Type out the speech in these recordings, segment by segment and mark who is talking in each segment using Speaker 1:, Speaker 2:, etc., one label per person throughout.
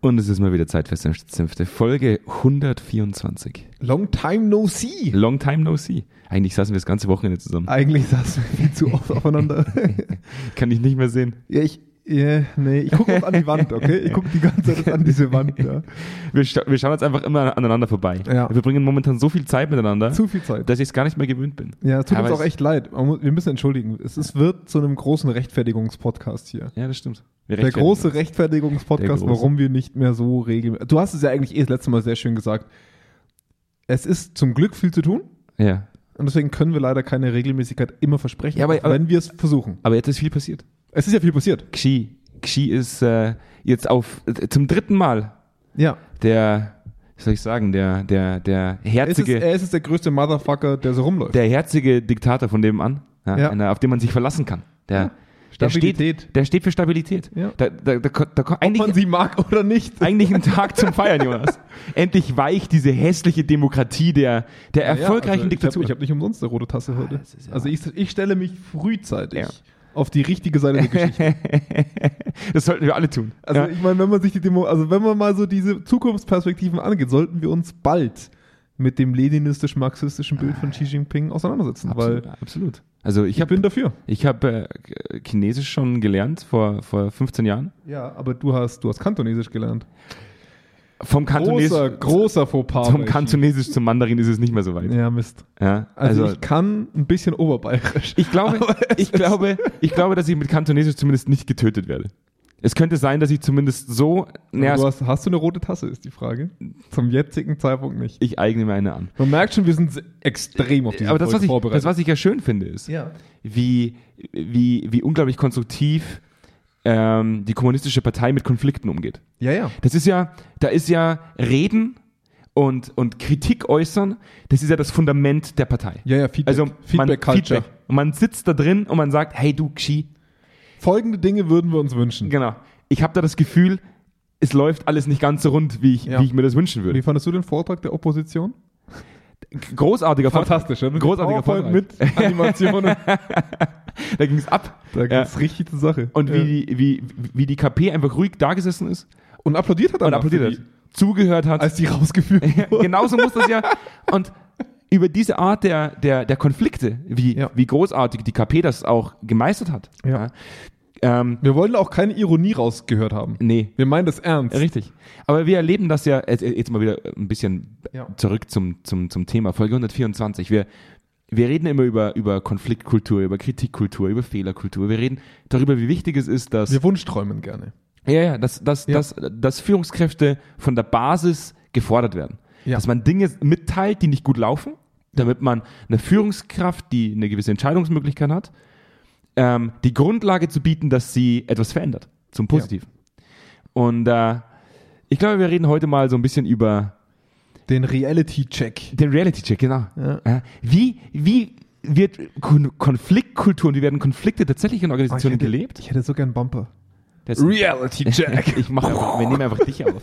Speaker 1: Und es ist mal wieder Zeit für Senf Senfte. Folge 124.
Speaker 2: Long time no see.
Speaker 1: Long time no see. Eigentlich saßen wir das ganze Wochenende zusammen.
Speaker 2: Eigentlich saßen wir viel zu oft aufeinander.
Speaker 1: Kann ich nicht mehr sehen.
Speaker 2: ja, ich, ja, nee, ich gucke oft an die Wand, okay? Ich gucke die ganze Zeit an diese Wand, ja.
Speaker 1: Wir, sta- wir schauen jetzt einfach immer aneinander vorbei.
Speaker 2: Ja.
Speaker 1: Wir verbringen momentan so viel Zeit miteinander,
Speaker 2: Zu viel Zeit.
Speaker 1: dass ich es gar nicht mehr gewöhnt bin.
Speaker 2: Ja, es tut uns
Speaker 1: Aber
Speaker 2: auch echt leid. Man mu- Wir müssen entschuldigen. Es ist, wird zu einem großen Rechtfertigungspodcast hier.
Speaker 1: Ja, das stimmt.
Speaker 2: Der große Rechtfertigungspodcast,
Speaker 1: Der große.
Speaker 2: warum wir nicht mehr so regelmäßig. Du hast es ja eigentlich eh das letzte Mal sehr schön gesagt. Es ist zum Glück viel zu tun
Speaker 1: Ja.
Speaker 2: und deswegen können wir leider keine Regelmäßigkeit immer versprechen,
Speaker 1: Ja, aber-
Speaker 2: auch wenn wir es versuchen.
Speaker 1: Aber jetzt ist viel passiert.
Speaker 2: Es ist ja viel passiert.
Speaker 1: Xi, Xi ist äh, jetzt auf äh, zum dritten Mal
Speaker 2: Ja.
Speaker 1: der, wie soll ich sagen, der, der, der
Speaker 2: Es ist,
Speaker 1: herzige,
Speaker 2: er ist jetzt der größte Motherfucker, der so rumläuft.
Speaker 1: der herzige Diktator von dem an, ja,
Speaker 2: Ja.
Speaker 1: Einer, auf den man sich verlassen kann. Der,
Speaker 2: Ja.
Speaker 1: der steht,
Speaker 2: Stabilität.
Speaker 1: der steht für Stabilität.
Speaker 2: Ja.
Speaker 1: Da, da, da, ko- da, ko- eigentlich,
Speaker 2: Ob man sie mag oder nicht.
Speaker 1: eigentlich ein Tag zum Feiern, Jonas. Endlich weicht diese hässliche Demokratie der, der erfolgreichen Diktatur.
Speaker 2: also
Speaker 1: Ah,
Speaker 2: Ich habe hab nicht umsonst eine rote Tasse heute.
Speaker 1: das ist ja
Speaker 2: also ich, ich stelle mich frühzeitig
Speaker 1: Ja.
Speaker 2: auf die richtige Seite der Geschichte.
Speaker 1: das sollten wir alle tun.
Speaker 2: Also
Speaker 1: ja.
Speaker 2: ich meine, wenn man sich die Demo, also wenn man mal so diese Zukunftsperspektiven angeht, sollten wir uns bald mit dem leninistisch-marxistischen Bild von Xi Jinping auseinandersetzen,
Speaker 1: absolut,
Speaker 2: weil
Speaker 1: absolut. Also ich
Speaker 2: ich
Speaker 1: habe
Speaker 2: bin dafür.
Speaker 1: ich hab, äh, Chinesisch schon gelernt vor, vor 15 Jahren.
Speaker 2: Ja, aber du hast du hast Kantonesisch gelernt.
Speaker 1: Vom Kantones
Speaker 2: Großer, großer Fauxpas.
Speaker 1: zum
Speaker 2: bei Xi.
Speaker 1: Kantonesisch zum Mandarin ist es nicht mehr so weit.
Speaker 2: Ja, Mist.
Speaker 1: Ja,
Speaker 2: Also, ich kann ein bisschen oberbayerisch.
Speaker 1: Ich glaube, ich glaube, ich glaube, dass ich mit Kantonesisch zumindest nicht getötet werde. Es könnte sein, dass ich zumindest so, naja,
Speaker 2: du hast, hast du eine rote Tasse, ist die Frage. Zum jetzigen Zeitpunkt nicht.
Speaker 1: ich eigne mir eine an.
Speaker 2: Man merkt schon, wir sind se- extrem auf diese
Speaker 1: Aber das was,
Speaker 2: Folge
Speaker 1: ich,
Speaker 2: vorbereitet.
Speaker 1: das, was ich ja schön finde, ist,
Speaker 2: ja.
Speaker 1: wie, wie, wie unglaublich konstruktiv ähm, die kommunistische Partei mit Konflikten umgeht.
Speaker 2: ja, ja.
Speaker 1: Das ist ja, da ist ja Reden und, und Kritik äußern, das ist ja das Fundament der Partei.
Speaker 2: Ja, ja, Feedback.
Speaker 1: Also man,
Speaker 2: Culture.
Speaker 1: Feedback. Und man sitzt da drin und man sagt, hey du Xi,
Speaker 2: Folgende Dinge würden wir uns wünschen.
Speaker 1: Genau. Ich habe da das Gefühl, es läuft alles nicht ganz so rund, wie ich,
Speaker 2: Ja.
Speaker 1: wie ich mir das wünschen würde.
Speaker 2: Wie fandest du den Vortrag der Opposition?
Speaker 1: Großartiger Vortrag.
Speaker 2: Fantastisch, oder?
Speaker 1: Großartiger
Speaker 2: PowerPoint
Speaker 1: Vortrag.
Speaker 2: mit Animationen.
Speaker 1: Da ging es ab.
Speaker 2: da
Speaker 1: Ja.
Speaker 2: geht's richtig zur Sache.
Speaker 1: Und
Speaker 2: Ja.
Speaker 1: wie, die, wie, wie die KP einfach ruhig da gesessen ist
Speaker 2: und applaudiert hat
Speaker 1: und
Speaker 2: er
Speaker 1: applaudiert hat, genau. zugehört hat.
Speaker 2: als die rausgeführt wurden.
Speaker 1: Genauso muss das ja. Und über diese Art der, der, der Konflikte, wie,
Speaker 2: Ja.
Speaker 1: wie großartig die KP das auch gemeistert hat.
Speaker 2: Ja.
Speaker 1: Ja. Ähm,
Speaker 2: Wir wollen auch keine Ironie rausgehört haben.
Speaker 1: nee.
Speaker 2: Wir meinen das ernst.
Speaker 1: Richtig. Aber wir erleben das ja, jetzt- jetzt mal wieder ein bisschen
Speaker 2: Ja.
Speaker 1: zurück zum, zum, zum Thema, Folge 124. Wir, wir reden immer über, über Konfliktkultur, über Kritikkultur, über Fehlerkultur. Wir reden darüber, wie wichtig es ist, dass,
Speaker 2: Wir wunschträumen gerne.
Speaker 1: ja, ja, dass, dass,
Speaker 2: Ja.
Speaker 1: Dass, dass Führungskräfte von der Basis gefordert werden.
Speaker 2: Ja.
Speaker 1: Dass man Dinge mitteilt, die nicht gut laufen, damit man eine Führungskraft, die eine gewisse Entscheidungsmöglichkeit hat, ähm, die Grundlage zu bieten, dass sie etwas verändert, zum Positiven. Und äh, ich glaube, wir reden heute mal so ein bisschen über
Speaker 2: Den Reality-Check.
Speaker 1: den Reality-Check, genau.
Speaker 2: Ja.
Speaker 1: Ja. Wie, wie wird Kon Konfliktkultur und wie werden Konflikte tatsächlich in
Speaker 2: Oh, ich
Speaker 1: Organisationen
Speaker 2: hätte-
Speaker 1: gelebt?
Speaker 2: Ich hätte so gern einen Bumper.
Speaker 1: Das-
Speaker 2: Reality-Check.
Speaker 1: Ich mach einfach, wir nehmen einfach dich auf.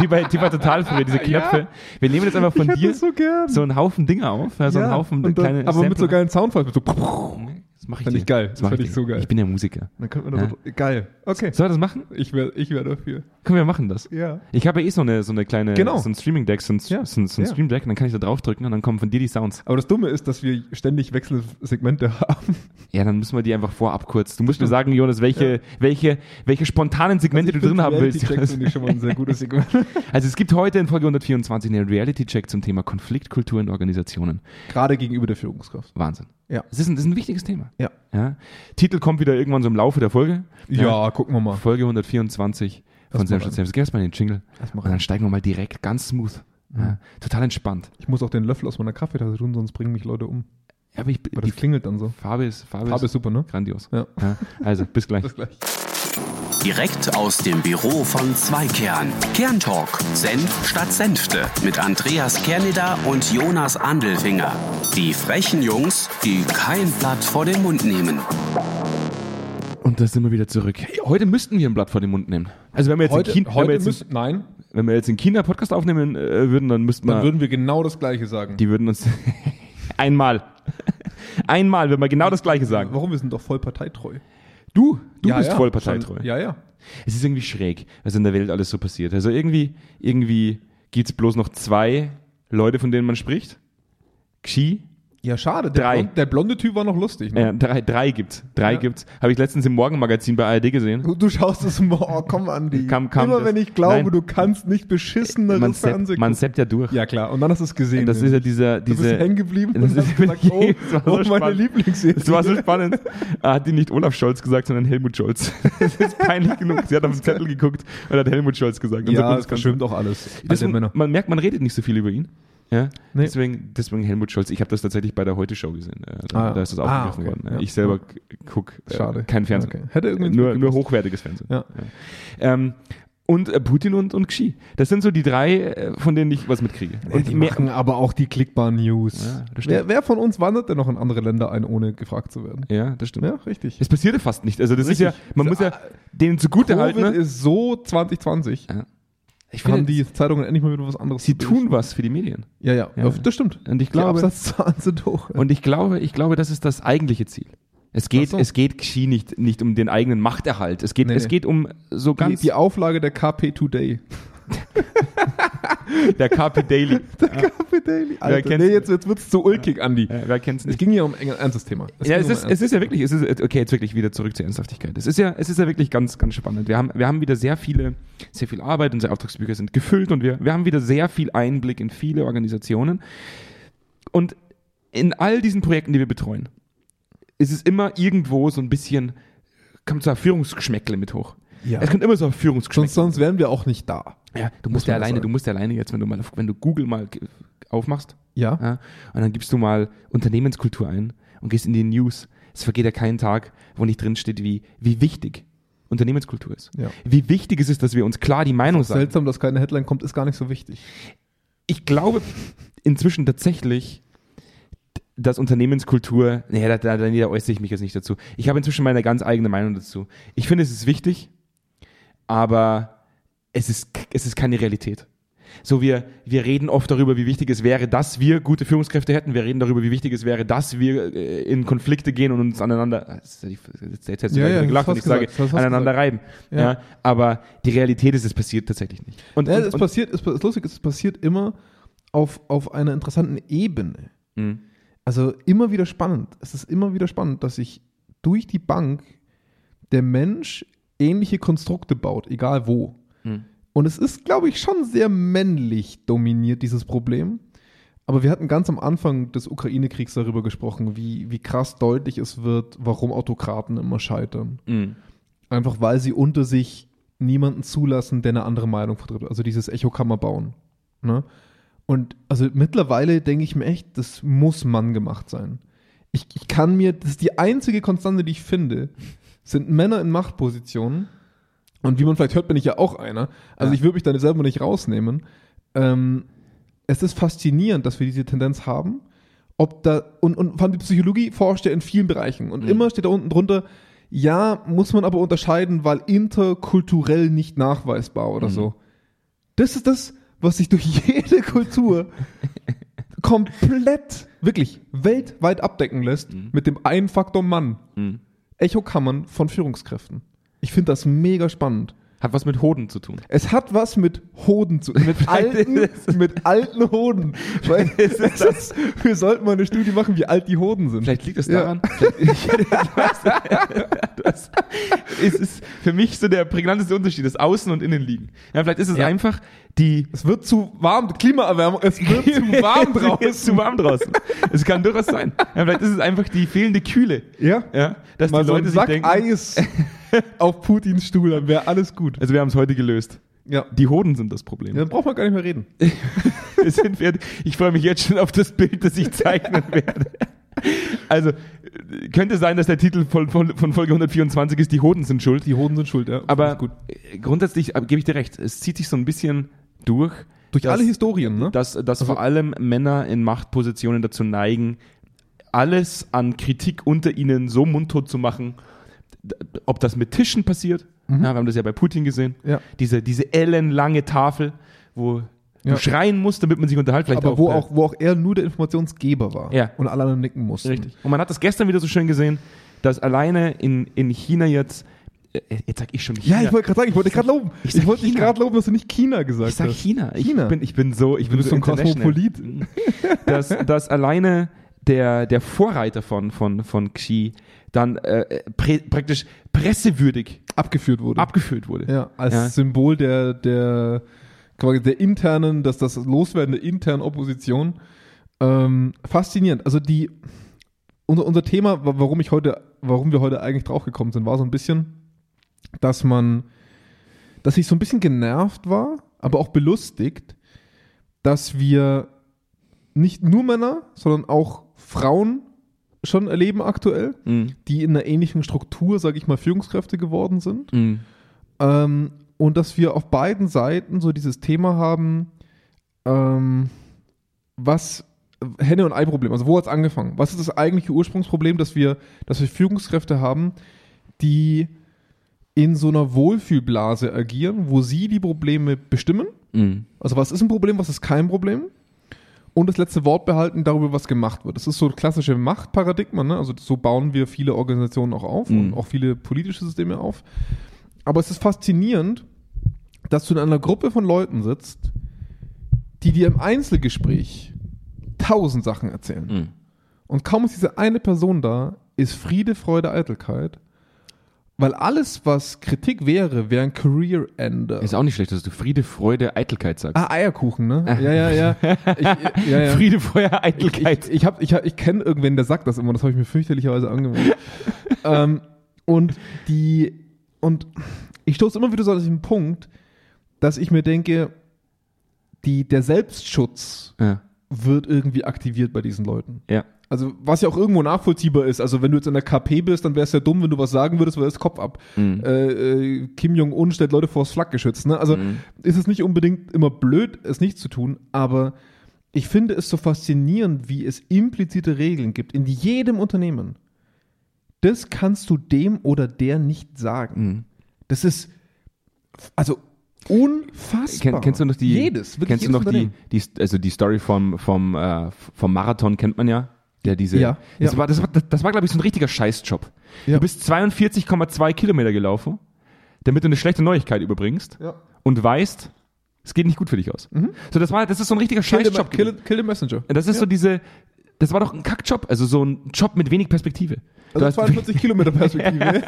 Speaker 1: Wie bei Tifa Total früher, diese Knöpfe. Wir nehmen jetzt einfach von dir so,
Speaker 2: so gern.
Speaker 1: einen Haufen Dinge auf, ja, so einen
Speaker 2: Ja,
Speaker 1: Haufen
Speaker 2: und dann,
Speaker 1: kleine
Speaker 2: aber mit so
Speaker 1: Sampler.
Speaker 2: geilen Soundfalls. Mit so,
Speaker 1: Das mach ich
Speaker 2: Fand
Speaker 1: dir.
Speaker 2: ich geil.
Speaker 1: Das mach
Speaker 2: Fand
Speaker 1: ich,
Speaker 2: ich
Speaker 1: dir.
Speaker 2: so geil.
Speaker 1: Ich bin ja Musiker.
Speaker 2: dann könnte man da Geil. Okay.
Speaker 1: Soll ich das machen?
Speaker 2: Ich wäre ich wär dafür.
Speaker 1: Können wir machen das?
Speaker 2: Ja.
Speaker 1: Ich habe ja eh so eine, so eine kleine,
Speaker 2: Genau.
Speaker 1: so ein Streaming-Deck, so ein,
Speaker 2: Ja.
Speaker 1: so ein, so ein
Speaker 2: Ja.
Speaker 1: Stream-Deck, und dann kann ich da draufdrücken und dann kommen von dir die Sounds.
Speaker 2: Aber das Dumme ist, dass wir ständig wechselnde Segmente haben.
Speaker 1: Ja, dann müssen wir die einfach vorab kurz. Du musst mir sagen, Jonas, welche, welche, welche spontanen Segmente du drin haben willst.
Speaker 2: Also Reality-Check finde ich schon mal ein sehr gutes Segment.
Speaker 1: Also es gibt heute in Folge 124 einen Reality-Check zum Thema Konfliktkultur in Organisationen.
Speaker 2: Gerade gegenüber der Führungskraft.
Speaker 1: Wahnsinn.
Speaker 2: Ja.
Speaker 1: Es ist ein, das ist ein wichtiges Thema.
Speaker 2: Ja.
Speaker 1: Ja. Titel kommt wieder irgendwann so im Laufe der Folge.
Speaker 2: Ja, gucken wir mal.
Speaker 1: Folge 124 von
Speaker 2: Lass mal
Speaker 1: Sam
Speaker 2: rein.
Speaker 1: Schutz. Gib erstmal den Jingle
Speaker 2: Lass mal
Speaker 1: und
Speaker 2: rein. Mhm.
Speaker 1: dann steigen wir mal direkt ganz smooth. Ja. Total entspannt.
Speaker 2: Ich muss auch den Löffel aus meiner Kaffeetasse tun, sonst bringen mich Leute um.
Speaker 1: Ja, Aber ich,
Speaker 2: Weil
Speaker 1: die
Speaker 2: das klingelt dann so.
Speaker 1: Farbe ist, Farbe,
Speaker 2: Farbe ist
Speaker 1: ist
Speaker 2: super, ne?
Speaker 1: grandios.
Speaker 2: Ja.
Speaker 1: Ja. Also, bis gleich.
Speaker 2: Bis gleich.
Speaker 3: Direkt aus dem Büro von Zweikern. Kerntalk. Senf statt Senfte. Mit Andreas Kerneder und Jonas Andelfinger. Die frechen Jungs, die kein Blatt vor den Mund nehmen.
Speaker 1: Und da sind wir wieder zurück. Hey, heute müssten wir ein Blatt vor den Mund nehmen. Also, wenn wir jetzt, in, China, wenn wir jetzt, in,
Speaker 2: nein,
Speaker 1: wenn wir jetzt in China Podcast aufnehmen äh, würden, dann müssten
Speaker 2: dann
Speaker 1: wir.
Speaker 2: würden wir genau das Gleiche sagen.
Speaker 1: Die würden uns einmal, einmal, wenn wir genau das Gleiche sagen.
Speaker 2: Warum? Wir sind doch voll parteitreu.
Speaker 1: Du, du bist voll parteitreu.
Speaker 2: Schon, ja, ja.
Speaker 1: Es ist irgendwie schräg, was in der Welt alles so passiert. Also irgendwie, irgendwie gibt es bloß noch zwei Leute, von denen man spricht. Xi,
Speaker 2: Ja, schade. Der,
Speaker 1: Drei.
Speaker 2: Blond, der blonde Typ war noch lustig. Ne?
Speaker 1: äh, drei, drei gibt's. Drei
Speaker 2: Ja.
Speaker 1: gibt's. Habe ich letztens im Morgenmagazin bei ARD gesehen.
Speaker 2: Du schaust es immer, oh komm Andi.
Speaker 1: Kam- kam
Speaker 2: immer
Speaker 1: das-
Speaker 2: wenn ich glaube,
Speaker 1: Nein.
Speaker 2: du kannst nicht beschisseneres
Speaker 1: Man
Speaker 2: Fernsehen
Speaker 1: seppt, man seppt ja durch.
Speaker 2: Ja klar, und dann hast du es gesehen. ne?
Speaker 1: Das ist ja dieser,
Speaker 2: du bist
Speaker 1: diese,
Speaker 2: hängen geblieben
Speaker 1: Das
Speaker 2: und hast
Speaker 1: ist-
Speaker 2: gesagt, oh,
Speaker 1: das war so
Speaker 2: oh meine
Speaker 1: spannend.
Speaker 2: Lieblingsserie.
Speaker 1: Das war so spannend. Ah, hat die nicht Olaf Scholz gesagt, sondern Helmut Scholz. Das ist peinlich genug. Sie hat auf den Zettel geguckt und hat Helmut Scholz gesagt. Unser
Speaker 2: ja,
Speaker 1: Bundeskanzler.
Speaker 2: das verschwimmt auch alles.
Speaker 1: Das, man merkt, man redet nicht so viel über ihn. Ja?
Speaker 2: Nee.
Speaker 1: Deswegen, deswegen Helmut Scholz. Ich habe das tatsächlich bei der Heute-Show gesehen. Äh, Da,
Speaker 2: Ah.
Speaker 1: da ist das
Speaker 2: Ah,
Speaker 1: aufgegriffen
Speaker 2: okay.
Speaker 1: worden.
Speaker 2: Ja.
Speaker 1: Ich selber gucke äh,
Speaker 2: Schade.
Speaker 1: kein Fernsehen.
Speaker 2: Okay. Hätte irgendwie
Speaker 1: Nur, nur hochwertiges Fernsehen.
Speaker 2: Ja.
Speaker 1: Ähm, und äh, Putin und, und Xi. Das sind so die drei, äh, von denen ich was mitkriege.
Speaker 2: Und
Speaker 1: Und
Speaker 2: die
Speaker 1: mehr-
Speaker 2: machen aber auch die klickbaren News.
Speaker 1: Ja, das stimmt.
Speaker 2: wer, wer von uns wandert denn noch in andere Länder ein, ohne gefragt zu werden?
Speaker 1: ja, das stimmt.
Speaker 2: Ja, richtig.
Speaker 1: Es passierte fast nicht. Also das ist
Speaker 2: Richtig. ah,
Speaker 1: ja, man muss ja denen zugute halten.
Speaker 2: Covid
Speaker 1: Ne?
Speaker 2: ist so 2020.
Speaker 1: Ich
Speaker 2: Haben die Zeitungen endlich mal wieder was anderes
Speaker 1: sie
Speaker 2: zu berichten.
Speaker 1: tun was für die Medien.
Speaker 2: Ja, ja,
Speaker 1: Ja.
Speaker 2: das stimmt.
Speaker 1: Und ich
Speaker 2: Die
Speaker 1: glaube,
Speaker 2: Absatzzahlen sind hoch.
Speaker 1: und ich glaube, ich glaube, das ist das eigentliche Ziel. Es geht,
Speaker 2: Ach so.
Speaker 1: es geht Xi nicht, nicht um den eigenen Machterhalt. Es geht,
Speaker 2: Nee,
Speaker 1: es
Speaker 2: nee.
Speaker 1: geht um so
Speaker 2: die,
Speaker 1: ganz
Speaker 2: die Auflage der KP Today.
Speaker 1: der KP Daily. Äh,
Speaker 2: KP Daily. Alter.
Speaker 1: kennt's
Speaker 2: nee, jetzt, jetzt wird's zu ulkig, Andi.
Speaker 1: Äh, wer kennt's
Speaker 2: Es
Speaker 1: nicht?
Speaker 2: ging hier um ein ernstes Thema.
Speaker 1: Ja,
Speaker 2: ging
Speaker 1: es
Speaker 2: um
Speaker 1: ist, es
Speaker 2: ein ernstes-
Speaker 1: ist ja wirklich, es ist, okay, jetzt wirklich wieder zurück zur Ernsthaftigkeit. Es ist ja, es ist ja wirklich ganz, ganz spannend. Wir haben, wir haben wieder sehr viele, sehr viel Arbeit, unsere Auftragsbücher sind gefüllt und wir, wir haben wieder sehr viel Einblick in viele Organisationen. Und in all diesen Projekten, die wir betreuen, ist es immer irgendwo so ein bisschen, kommt so ein Führungsgeschmäckle mit hoch.
Speaker 2: Ja.
Speaker 1: Es kommt immer so ein Führungsgeschmäckle.
Speaker 2: sonst, sonst wären wir auch nicht da.
Speaker 1: ja, du
Speaker 2: muss
Speaker 1: musst ja
Speaker 2: man das
Speaker 1: alleine,
Speaker 2: sagen.
Speaker 1: du musst ja alleine jetzt, wenn du mal, auf- wenn du Google mal ge- aufmachst,
Speaker 2: Ja.
Speaker 1: ja? Und dann gibst du mal Unternehmenskultur ein und gehst in die News. Es vergeht ja kein Tag, wo nicht drinsteht, wie, wie wichtig Unternehmenskultur ist.
Speaker 2: Ja.
Speaker 1: Wie wichtig es ist, dass wir uns klar die Meinung sagen.
Speaker 2: Seltsam, dass keine Headline kommt, ist gar nicht so wichtig.
Speaker 1: Ich glaube inzwischen tatsächlich, dass Unternehmenskultur, naja, da, da, da, da äußere ich mich jetzt nicht dazu. Ich habe inzwischen meine ganz eigene Meinung dazu. Ich finde, es ist wichtig, aber es ist, es ist keine Realität. So, wir, wir reden oft darüber, wie wichtig es wäre, dass wir gute Führungskräfte hätten. Wir reden darüber, wie wichtig es wäre, dass wir äh, in Konflikte gehen und uns aneinander, ah, jetzt hättest du
Speaker 2: Ja,
Speaker 1: gleich
Speaker 2: ja,
Speaker 1: wieder gelacht, wenn
Speaker 2: das
Speaker 1: ich
Speaker 2: hast du
Speaker 1: sage,
Speaker 2: gesagt, das hast du
Speaker 1: aneinander reiben. Ja.
Speaker 2: Ja.
Speaker 1: aber die Realität ist, es passiert tatsächlich nicht. Und,
Speaker 2: Ja,
Speaker 1: und-
Speaker 2: es
Speaker 1: und-
Speaker 2: passiert, es, es lustig, es passiert immer auf, auf einer interessanten Ebene.
Speaker 1: Mhm.
Speaker 2: Also immer wieder spannend. Es ist immer wieder spannend, dass sich durch die Bank der Mensch ähnliche Konstrukte baut, egal wo.
Speaker 1: Mhm.
Speaker 2: Und es ist, glaube ich, schon sehr männlich dominiert, dieses Problem. Aber wir hatten ganz am Anfang des Ukraine-Kriegs darüber gesprochen, wie, wie krass deutlich es wird, warum Autokraten immer scheitern.
Speaker 1: Mhm.
Speaker 2: Einfach weil sie unter sich niemanden zulassen, der eine andere Meinung vertritt. Also dieses Echokammer bauen. Ne? Und also mittlerweile denke ich mir echt, das muss Mann gemacht sein. Ich, ich kann mir, das ist die einzige Konstante, die ich finde, sind Männer in Machtpositionen. Und wie man vielleicht hört, bin ich ja auch einer. Also
Speaker 1: Ja.
Speaker 2: ich würde mich da selber nicht rausnehmen. Ähm, es ist faszinierend, dass wir diese Tendenz haben. Ob da, und, und vor allem die Psychologie forscht ja in vielen Bereichen. Und immer steht da unten drunter, ja, muss man aber unterscheiden, weil interkulturell nicht nachweisbar oder so. Das ist das, was sich durch jede Kultur komplett, wirklich weltweit abdecken lässt mit dem einen Faktor Mann.
Speaker 1: Mhm.
Speaker 2: Echokammern von Führungskräften. Ich finde das mega spannend.
Speaker 1: Hat was mit Hoden zu tun.
Speaker 2: Es hat was mit Hoden zu tun. Mit alten, mit alten Hoden. Weil es ist, wir sollten mal eine Studie machen, wie alt die Hoden sind.
Speaker 1: Vielleicht liegt es
Speaker 2: Ja.
Speaker 1: daran. Vielleicht- Ich weiß, das, es ist für mich so der prägnanteste Unterschied, das Außen und Innen liegen. Ja, vielleicht ist es
Speaker 2: Ja.
Speaker 1: einfach die.
Speaker 2: Es wird zu warm, Klimaerwärmung, es wird zu warm
Speaker 1: Es ist
Speaker 2: draußen.
Speaker 1: zu warm draußen. Es kann durchaus sein. Ja, vielleicht ist es einfach die fehlende Kühle.
Speaker 2: Ja?
Speaker 1: Ja, dass
Speaker 2: Mal
Speaker 1: die
Speaker 2: so
Speaker 1: Leute
Speaker 2: ein
Speaker 1: sich
Speaker 2: Sack
Speaker 1: denken.
Speaker 2: Eis auf Putins Stuhl, dann wäre alles gut.
Speaker 1: Also wir haben es heute gelöst.
Speaker 2: Ja.
Speaker 1: Die Hoden sind das Problem.
Speaker 2: Dann braucht man gar nicht mehr reden.
Speaker 1: Wir sind fertig. Ich freue mich jetzt schon auf das Bild, das ich zeichnen werde. Also, äh, könnte sein, dass der Titel von, von, von Folge 124 ist, die Hoden sind schuld.
Speaker 2: Die Hoden sind schuld, ja.
Speaker 1: Aber
Speaker 2: Ist gut.
Speaker 1: äh, grundsätzlich äh, gebe ich dir recht, es zieht sich so ein bisschen durch,
Speaker 2: Durch
Speaker 1: dass,
Speaker 2: alle Historien, ne?
Speaker 1: dass, dass vor allem Männer in Machtpositionen dazu neigen, alles an Kritik unter ihnen so mundtot zu machen, d- ob das mit Tischen passiert, ja, wir haben das ja bei Putin gesehen,
Speaker 2: Mhm. Ja.
Speaker 1: diese, diese ellenlange Tafel, wo
Speaker 2: Ja.
Speaker 1: du schreien musst, damit man sich unterhält. Vielleicht
Speaker 2: Aber wo
Speaker 1: bei-
Speaker 2: auch, wo auch er nur der Informationsgeber war
Speaker 1: Ja.
Speaker 2: und alle anderen nicken mussten.
Speaker 1: Richtig. Und man hat das gestern wieder so schön gesehen, dass alleine in, in China jetzt äh, jetzt sag ich schon China.
Speaker 2: Ja, ich wollte gerade sagen, ich wollte gerade loben.
Speaker 1: Ich
Speaker 2: Ich,
Speaker 1: sag
Speaker 2: wollte dich
Speaker 1: China.
Speaker 2: gerade loben, dass du nicht China gesagt
Speaker 1: Ich sag
Speaker 2: hast.
Speaker 1: China. Ich
Speaker 2: China.
Speaker 1: bin, ich bin so, ich
Speaker 2: Du
Speaker 1: bin
Speaker 2: bist so ein
Speaker 1: international.
Speaker 2: Kosmopolit.
Speaker 1: dass, dass alleine der, der Vorreiter von, von, von Xi dann äh, prä, praktisch pressewürdig
Speaker 2: Abgeführt wurde.
Speaker 1: abgeführt wurde.
Speaker 2: ja, als
Speaker 1: Ja.
Speaker 2: Symbol der, der, quasi der internen, dass das Loswerden der internen Opposition. Ähm, faszinierend. Also die, unser, unser Thema, wa- warum ich heute, warum wir heute eigentlich draufgekommen sind, war so ein bisschen, dass man, dass ich so ein bisschen genervt war, aber auch belustigt, dass wir nicht nur Männer, sondern auch Frauen schon erleben aktuell,
Speaker 1: Mhm.
Speaker 2: die in einer ähnlichen Struktur, sage ich mal, Führungskräfte geworden sind.
Speaker 1: Mhm.
Speaker 2: Ähm, und dass wir auf beiden Seiten so dieses Thema haben, ähm, was Henne- und Ei-Problem, also wo hat es angefangen? Was ist das eigentliche Ursprungsproblem, dass wir, dass wir Führungskräfte haben, die in so einer Wohlfühlblase agieren, wo sie die Probleme bestimmen?
Speaker 1: Mhm.
Speaker 2: Also was ist ein Problem, was ist kein Problem? Und das letzte Wort behalten darüber, was gemacht wird. Das ist so ein klassische Machtparadigma, ne? also so bauen wir viele Organisationen auch auf
Speaker 1: Mhm.
Speaker 2: und auch viele politische Systeme auf. Aber es ist faszinierend, dass du in einer Gruppe von Leuten sitzt, die dir im Einzelgespräch tausend Sachen erzählen.
Speaker 1: Mhm.
Speaker 2: Und kaum ist diese eine Person da, ist Friede, Freude, Eitelkeit. Weil alles, was Kritik wäre, wäre ein Career-Ender.
Speaker 1: Ist auch nicht schlecht, dass du Friede, Freude, Eitelkeit sagst.
Speaker 2: Ah, Eierkuchen, ne? Ja, ja, ja. Ich, ja, ja.
Speaker 1: Friede, Feuer,
Speaker 2: Ich, ich, ich, hab- ich, hab- ich kenne irgendwen, der sagt das immer. Das habe ich mir fürchterlicherweise angemeldet. ähm, und die und ich stoße immer wieder so an diesen Punkt, dass ich mir denke, die, der Selbstschutz
Speaker 1: ja.
Speaker 2: wird irgendwie aktiviert bei diesen Leuten.
Speaker 1: ja.
Speaker 2: Also, was ja auch irgendwo nachvollziehbar ist. Also, wenn du jetzt in der KP bist, dann wäre es ja dumm, wenn du was sagen würdest, weil das Kopf ab.
Speaker 1: Mm, Mhm.
Speaker 2: Äh, äh, Kim Jong-un stellt Leute vors Flakgeschütz. Ne? Also,
Speaker 1: Mhm.
Speaker 2: ist es nicht unbedingt immer blöd, es nicht zu tun, aber ich finde es so faszinierend, wie es implizite Regeln gibt in jedem Unternehmen. Das kannst du dem oder der nicht sagen.
Speaker 1: Mhm.
Speaker 2: Das ist also unfassbar.
Speaker 1: Ken, kennst du noch die?
Speaker 2: Jedes, wirklich
Speaker 1: kennst du
Speaker 2: jedes
Speaker 1: noch die,
Speaker 2: Unternehmen.
Speaker 1: die, also die Story vom vom äh, vom Marathon kennt man ja. Der diese.
Speaker 2: Ja,
Speaker 1: Das
Speaker 2: ja.
Speaker 1: war das war das war glaube ich so ein richtiger Scheißjob.
Speaker 2: Ja.
Speaker 1: Du bist 42,2 Kilometer gelaufen, damit du eine schlechte Neuigkeit überbringst
Speaker 2: Ja. Mhm.
Speaker 1: und weißt, es geht nicht gut für dich aus. So das war das ist so ein richtiger
Speaker 2: Kill the,
Speaker 1: Scheißjob.
Speaker 2: kill, kill the Messenger.
Speaker 1: das ist so diese. Das war doch ein Kackjob, also so ein Job mit wenig Perspektive. Du
Speaker 2: Also
Speaker 1: hast-
Speaker 2: 42 Kilometer Perspektive.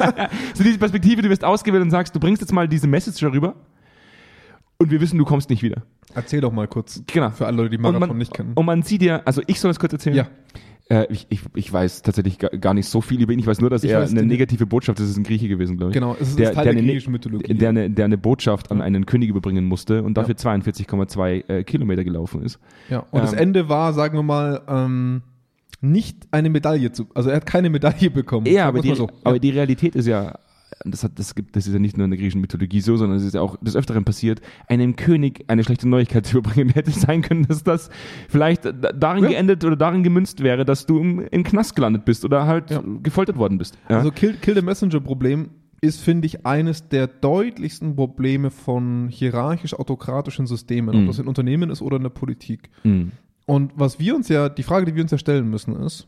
Speaker 1: so diese Perspektive, du wirst ausgewählt und sagst, du bringst jetzt mal diese Message darüber und wir wissen, du kommst nicht wieder.
Speaker 2: Erzähl doch mal kurz.
Speaker 1: Genau.
Speaker 2: Für alle Leute, die Marathon
Speaker 1: und man,
Speaker 2: nicht kennen.
Speaker 1: Und man sieht ja, also ich soll das kurz erzählen.
Speaker 2: Ja.
Speaker 1: Äh, ich, ich, ich weiß tatsächlich gar, gar nicht so viel über ihn. Ich weiß nur, dass
Speaker 2: Ich
Speaker 1: er
Speaker 2: weiß
Speaker 1: eine
Speaker 2: den-
Speaker 1: negative Botschaft, das ist ein Grieche gewesen, glaube ich.
Speaker 2: Genau, es ist
Speaker 1: der, der
Speaker 2: Teil der
Speaker 1: eine- ne-
Speaker 2: griechischen Mythologie.
Speaker 1: Der eine, der eine Botschaft an einen König überbringen musste und dafür 42,2 äh, Kilometer gelaufen ist.
Speaker 2: Ja, und das
Speaker 1: Ähm.
Speaker 2: Ende war, sagen wir mal, ähm, nicht eine Medaille zu. Also er hat keine Medaille bekommen.
Speaker 1: Ja,
Speaker 2: Sagen
Speaker 1: aber die,
Speaker 2: wir's mal so.
Speaker 1: aber die Realität ist ja, das, hat, das, gibt, das ist ja nicht nur in der griechischen Mythologie so, sondern es ist ja auch des Öfteren passiert, einem König eine schlechte Neuigkeit zu überbringen. Hätte sein können, dass das vielleicht da- darin
Speaker 2: Ja.
Speaker 1: geendet oder darin gemünzt wäre, dass du im, im Knast gelandet bist oder halt
Speaker 2: Ja.
Speaker 1: gefoltert worden bist. Ja?
Speaker 2: Also Kill, Kill the Messenger-Problem ist, finde ich, eines der deutlichsten Probleme von hierarchisch-autokratischen Systemen,
Speaker 1: Mhm.
Speaker 2: ob das in Unternehmen ist oder in der Politik.
Speaker 1: Mhm.
Speaker 2: Und was wir uns ja, die Frage, die wir uns ja stellen müssen, ist,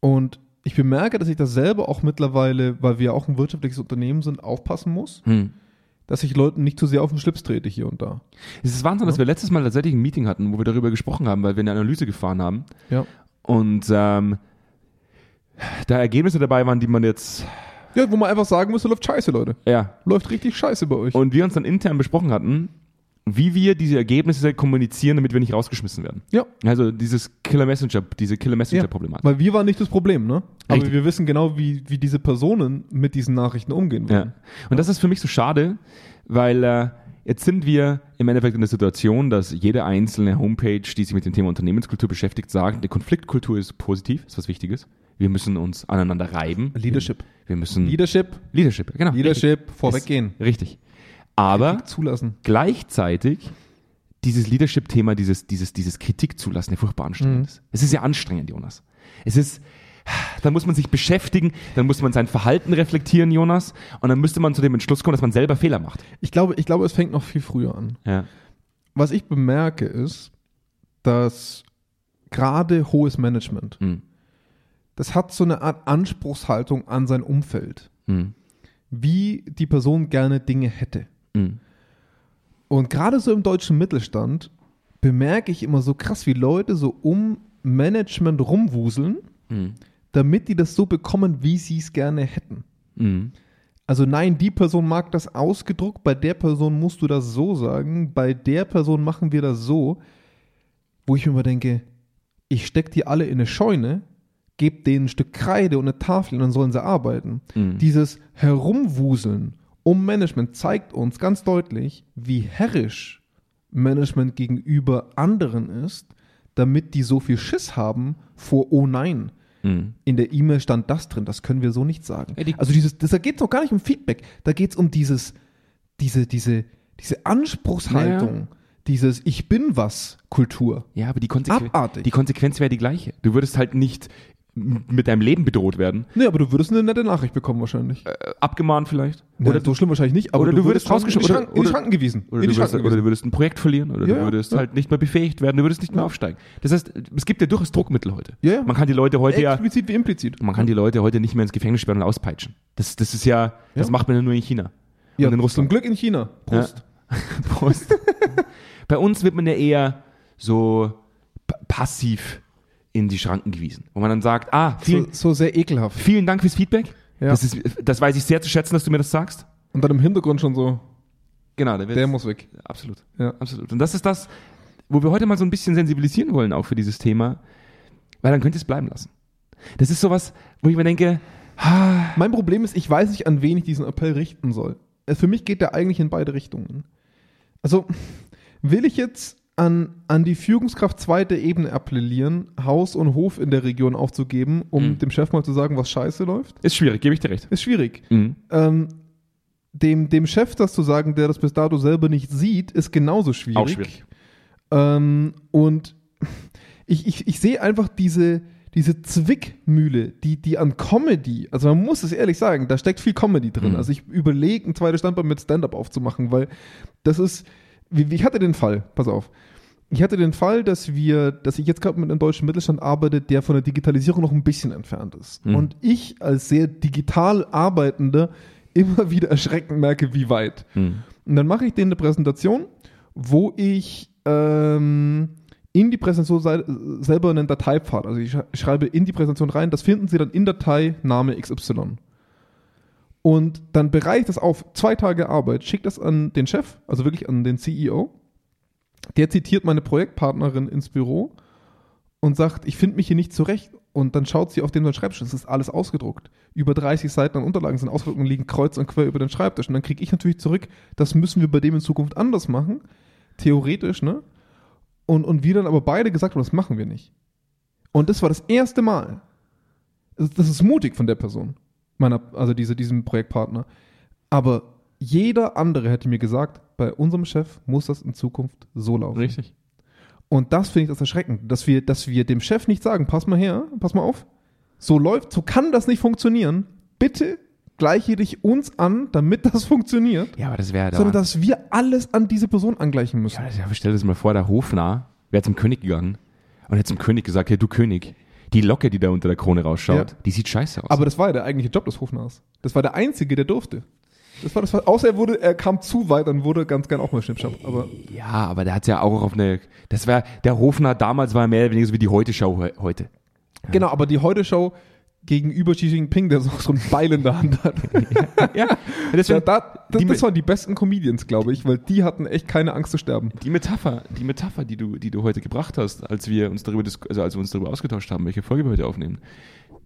Speaker 2: und ich bemerke, dass ich das selber auch mittlerweile, weil wir auch ein wirtschaftliches Unternehmen sind, aufpassen muss,
Speaker 1: Mhm.
Speaker 2: dass ich Leuten nicht zu sehr auf den Schlips trete hier und da.
Speaker 1: Es ist Wahnsinn, dass wir letztes Mal tatsächlich ein Meeting hatten, wo wir darüber gesprochen haben, weil wir eine Analyse gefahren haben.
Speaker 2: Ja.
Speaker 1: Und ähm, da Ergebnisse dabei waren, die man jetzt,
Speaker 2: Ja, wo man einfach sagen müsste, läuft scheiße, Leute.
Speaker 1: ja,
Speaker 2: Läuft richtig scheiße bei euch.
Speaker 1: und wir uns dann intern besprochen hatten, wie wir diese Ergebnisse kommunizieren, damit wir nicht rausgeschmissen werden.
Speaker 2: ja.
Speaker 1: Also dieses Killer Messenger, diese Killer Messenger Problematik.
Speaker 2: Weil wir waren nicht das Problem, ne? Aber
Speaker 1: Richtig.
Speaker 2: wir wissen genau, wie, wie diese Personen mit diesen Nachrichten umgehen
Speaker 1: Ja.
Speaker 2: würden.
Speaker 1: Und das ist für mich so schade, weil äh, jetzt sind wir im Endeffekt in der Situation, dass jede einzelne Homepage, die sich mit dem Thema Unternehmenskultur beschäftigt, sagt, eine Konfliktkultur ist positiv, ist was Wichtiges. Wir müssen uns aneinander reiben.
Speaker 2: Leadership.
Speaker 1: Wir müssen
Speaker 2: Leadership,
Speaker 1: Mhm. Leadership, genau.
Speaker 2: Leadership,
Speaker 1: Richtig.
Speaker 2: vorweggehen.
Speaker 1: Ist- Richtig. Aber
Speaker 2: Zulassen.
Speaker 1: gleichzeitig dieses Leadership-Thema, dieses, dieses, dieses Kritik zulassen, der furchtbar anstrengend
Speaker 2: Mhm.
Speaker 1: ist. Es ist ja anstrengend, Jonas. Es ist, dann muss man sich beschäftigen, dann muss man sein Verhalten reflektieren, Jonas, und dann müsste man zu dem Entschluss kommen, dass man selber Fehler macht.
Speaker 2: Ich glaube, ich glaube, es fängt noch viel früher an.
Speaker 1: Ja.
Speaker 2: Was ich bemerke ist, dass gerade hohes Management,
Speaker 1: Mhm.
Speaker 2: das hat so eine Art Anspruchshaltung an sein Umfeld.
Speaker 1: Mhm.
Speaker 2: wie die Person gerne Dinge hätte.
Speaker 1: Mhm.
Speaker 2: Und gerade so im deutschen Mittelstand bemerke ich immer so krass, wie Leute so um Management rumwuseln,
Speaker 1: Mhm.
Speaker 2: damit die das so bekommen, wie sie es gerne hätten.
Speaker 1: Mhm.
Speaker 2: Also nein, die Person mag das ausgedruckt, bei der Person musst du das so sagen, bei der Person machen wir das so, wo ich mir immer denke, ich steck die alle in eine Scheune, geb denen ein Stück Kreide und eine Tafel und dann sollen sie arbeiten.
Speaker 1: Mhm.
Speaker 2: Dieses Herumwuseln um Management zeigt uns ganz deutlich, wie herrisch Management gegenüber anderen ist, damit die so viel Schiss haben vor Oh nein
Speaker 1: Mhm.
Speaker 2: in der E-Mail stand das drin, das können wir so nicht sagen.
Speaker 1: Ja, die-
Speaker 2: also dieses, das, da geht es noch gar nicht um Feedback, da geht es um dieses, diese, diese, diese Anspruchshaltung, dieses Ich bin was Kultur.
Speaker 1: Ja, aber die, Konsequ
Speaker 2: Abartig.
Speaker 1: die Konsequenz wäre die gleiche. Du würdest halt nicht m- mit deinem Leben bedroht werden.
Speaker 2: Nee, aber du würdest eine nette Nachricht bekommen wahrscheinlich.
Speaker 1: Äh, abgemahnt vielleicht.
Speaker 2: oder so schlimm wahrscheinlich nicht, aber
Speaker 1: oder du würdest
Speaker 2: schon in die
Speaker 1: rausgeschmissen-
Speaker 2: Schranken, in die
Speaker 1: oder-
Speaker 2: Schranken gewiesen.
Speaker 1: Oder
Speaker 2: in die
Speaker 1: du, würdest,
Speaker 2: Schranken
Speaker 1: oder
Speaker 2: gewiesen.
Speaker 1: du würdest ein Projekt verlieren oder
Speaker 2: Ja,
Speaker 1: du
Speaker 2: ja,
Speaker 1: würdest
Speaker 2: ja.
Speaker 1: halt nicht mehr befähigt werden, du würdest nicht mehr aufsteigen. Das heißt, es gibt ja durchaus Druckmittel heute.
Speaker 2: Ja, ja.
Speaker 1: Man kann die Leute heute ja,
Speaker 2: Explizit wie implizit.
Speaker 1: man kann die Leute heute nicht mehr ins Gefängnis sperren und auspeitschen. Das, das ist ja, das
Speaker 2: Ja.
Speaker 1: macht man ja nur in China.
Speaker 2: Ja,
Speaker 1: und in
Speaker 2: zum
Speaker 1: Russland.
Speaker 2: Glück in China. Prost.
Speaker 1: Ja. Prost. Bei uns wird man ja eher so p- passiv in die Schranken gewiesen, wo man dann sagt, ah,
Speaker 2: So,
Speaker 1: vielen,
Speaker 2: so sehr ekelhaft.
Speaker 1: vielen Dank fürs Feedback.
Speaker 2: Ja.
Speaker 1: Das, ist, das weiß ich sehr zu schätzen, dass du mir das sagst.
Speaker 2: Und dann im Hintergrund schon so,
Speaker 1: Genau, der, wird-
Speaker 2: der muss weg.
Speaker 1: absolut.
Speaker 2: Ja.
Speaker 1: Absolut. Und das ist das, wo wir heute mal so ein bisschen sensibilisieren wollen, auch für dieses Thema, weil dann könnt ihr es bleiben lassen. Das ist sowas, wo ich mir denke,
Speaker 2: Mein Problem ist, ich weiß nicht, an wen ich diesen Appell richten soll. Äh, Für mich geht der eigentlich in beide Richtungen. Also, will ich jetzt an, an die Führungskraft zweiter Ebene appellieren, Haus und Hof in der Region aufzugeben, um
Speaker 1: Mhm.
Speaker 2: dem Chef mal zu sagen, was scheiße läuft?
Speaker 1: ist schwierig, gebe ich dir recht.
Speaker 2: Ist schwierig.
Speaker 1: Mhm.
Speaker 2: Ähm, dem, dem Chef das zu sagen, der das bis dato selber nicht sieht, ist genauso schwierig.
Speaker 1: Auch schwierig.
Speaker 2: Ähm, und ich, ich, ich sehe einfach diese, diese Zwickmühle, die, die an Comedy, also man muss es ehrlich sagen, da steckt viel Comedy drin.
Speaker 1: Mhm.
Speaker 2: Also ich überlege, ein zweites Standbein mit Stand-up aufzumachen, weil das ist, wie, wie- ich hatte den Fall, pass auf. Ich hatte den Fall, dass wir, dass ich jetzt gerade mit einem deutschen Mittelstand arbeite, der von der Digitalisierung noch ein bisschen entfernt ist.
Speaker 1: Mhm.
Speaker 2: Und ich als sehr digital arbeitender immer wieder erschreckend merke, wie weit.
Speaker 1: Mhm.
Speaker 2: Und dann mache ich denen eine Präsentation, wo ich ähm, in die Präsentation sei- selber einen Dateipfad, also ich sch- schreibe in die Präsentation rein, das finden sie dann in Datei Name XY. Und dann bereite ich das auf zwei Tage Arbeit, schicke das an den Chef, also wirklich an den CEO. Der zitiert meine Projektpartnerin ins Büro und sagt, ich finde mich hier nicht zurecht. Und dann schaut sie auf den Schreibtisch, es ist alles ausgedruckt. Über 30 Seiten an Unterlagen sind ausgedruckt und liegen kreuz und quer über den Schreibtisch. Und dann kriege ich natürlich zurück, das müssen wir bei dem in Zukunft anders machen. Theoretisch, ne? Und, und wir dann aber beide gesagt haben, das machen wir nicht. Und das war das erste Mal. Das das ist mutig von der Person, meiner, also diese, diesem Projektpartner. Aber jeder andere hätte mir gesagt, bei unserem Chef muss das in Zukunft so laufen.
Speaker 1: Richtig.
Speaker 2: Und das finde ich das erschreckend, dass wir, dass wir dem Chef nicht sagen, pass mal her, pass mal auf. So läuft, so kann das nicht funktionieren. Bitte gleiche dich uns an, damit das funktioniert.
Speaker 1: Ja, aber das wäre da.
Speaker 2: Sondern dass wir alles an diese Person angleichen müssen.
Speaker 1: Ja, das- ja, stell dir das mal vor, der Hofnarr wäre zum König gegangen und hätte zum König gesagt, hey, du König, die Locke, die da unter der Krone rausschaut,
Speaker 2: Ja.
Speaker 1: die sieht scheiße aus.
Speaker 2: Aber das war ja der eigentliche Job des Hofnarrs. Das war der einzige, der durfte. Das war das, außer er wurde, er kam zu weit und wurde ganz gern auch mal Schnippschnapp. Aber
Speaker 1: ja, aber der hat ja auch auf eine, das war, der Hofnarr damals war mehr oder weniger so wie die Heute-Show he heute.
Speaker 2: genau, aber die Heute-Show gegenüber Xi Jinping, der so, so ein Beil in der Hand hat.
Speaker 1: ja, und
Speaker 2: Da,
Speaker 1: deswegen,
Speaker 2: da, das,
Speaker 1: die,
Speaker 2: das
Speaker 1: Me-
Speaker 2: waren die besten Comedians, glaube ich, weil die hatten echt keine Angst zu sterben.
Speaker 1: die Metapher, die Metapher, die du, die du heute gebracht hast, als wir uns darüber, dis- also als wir uns darüber ausgetauscht haben, welche Folge wir heute aufnehmen.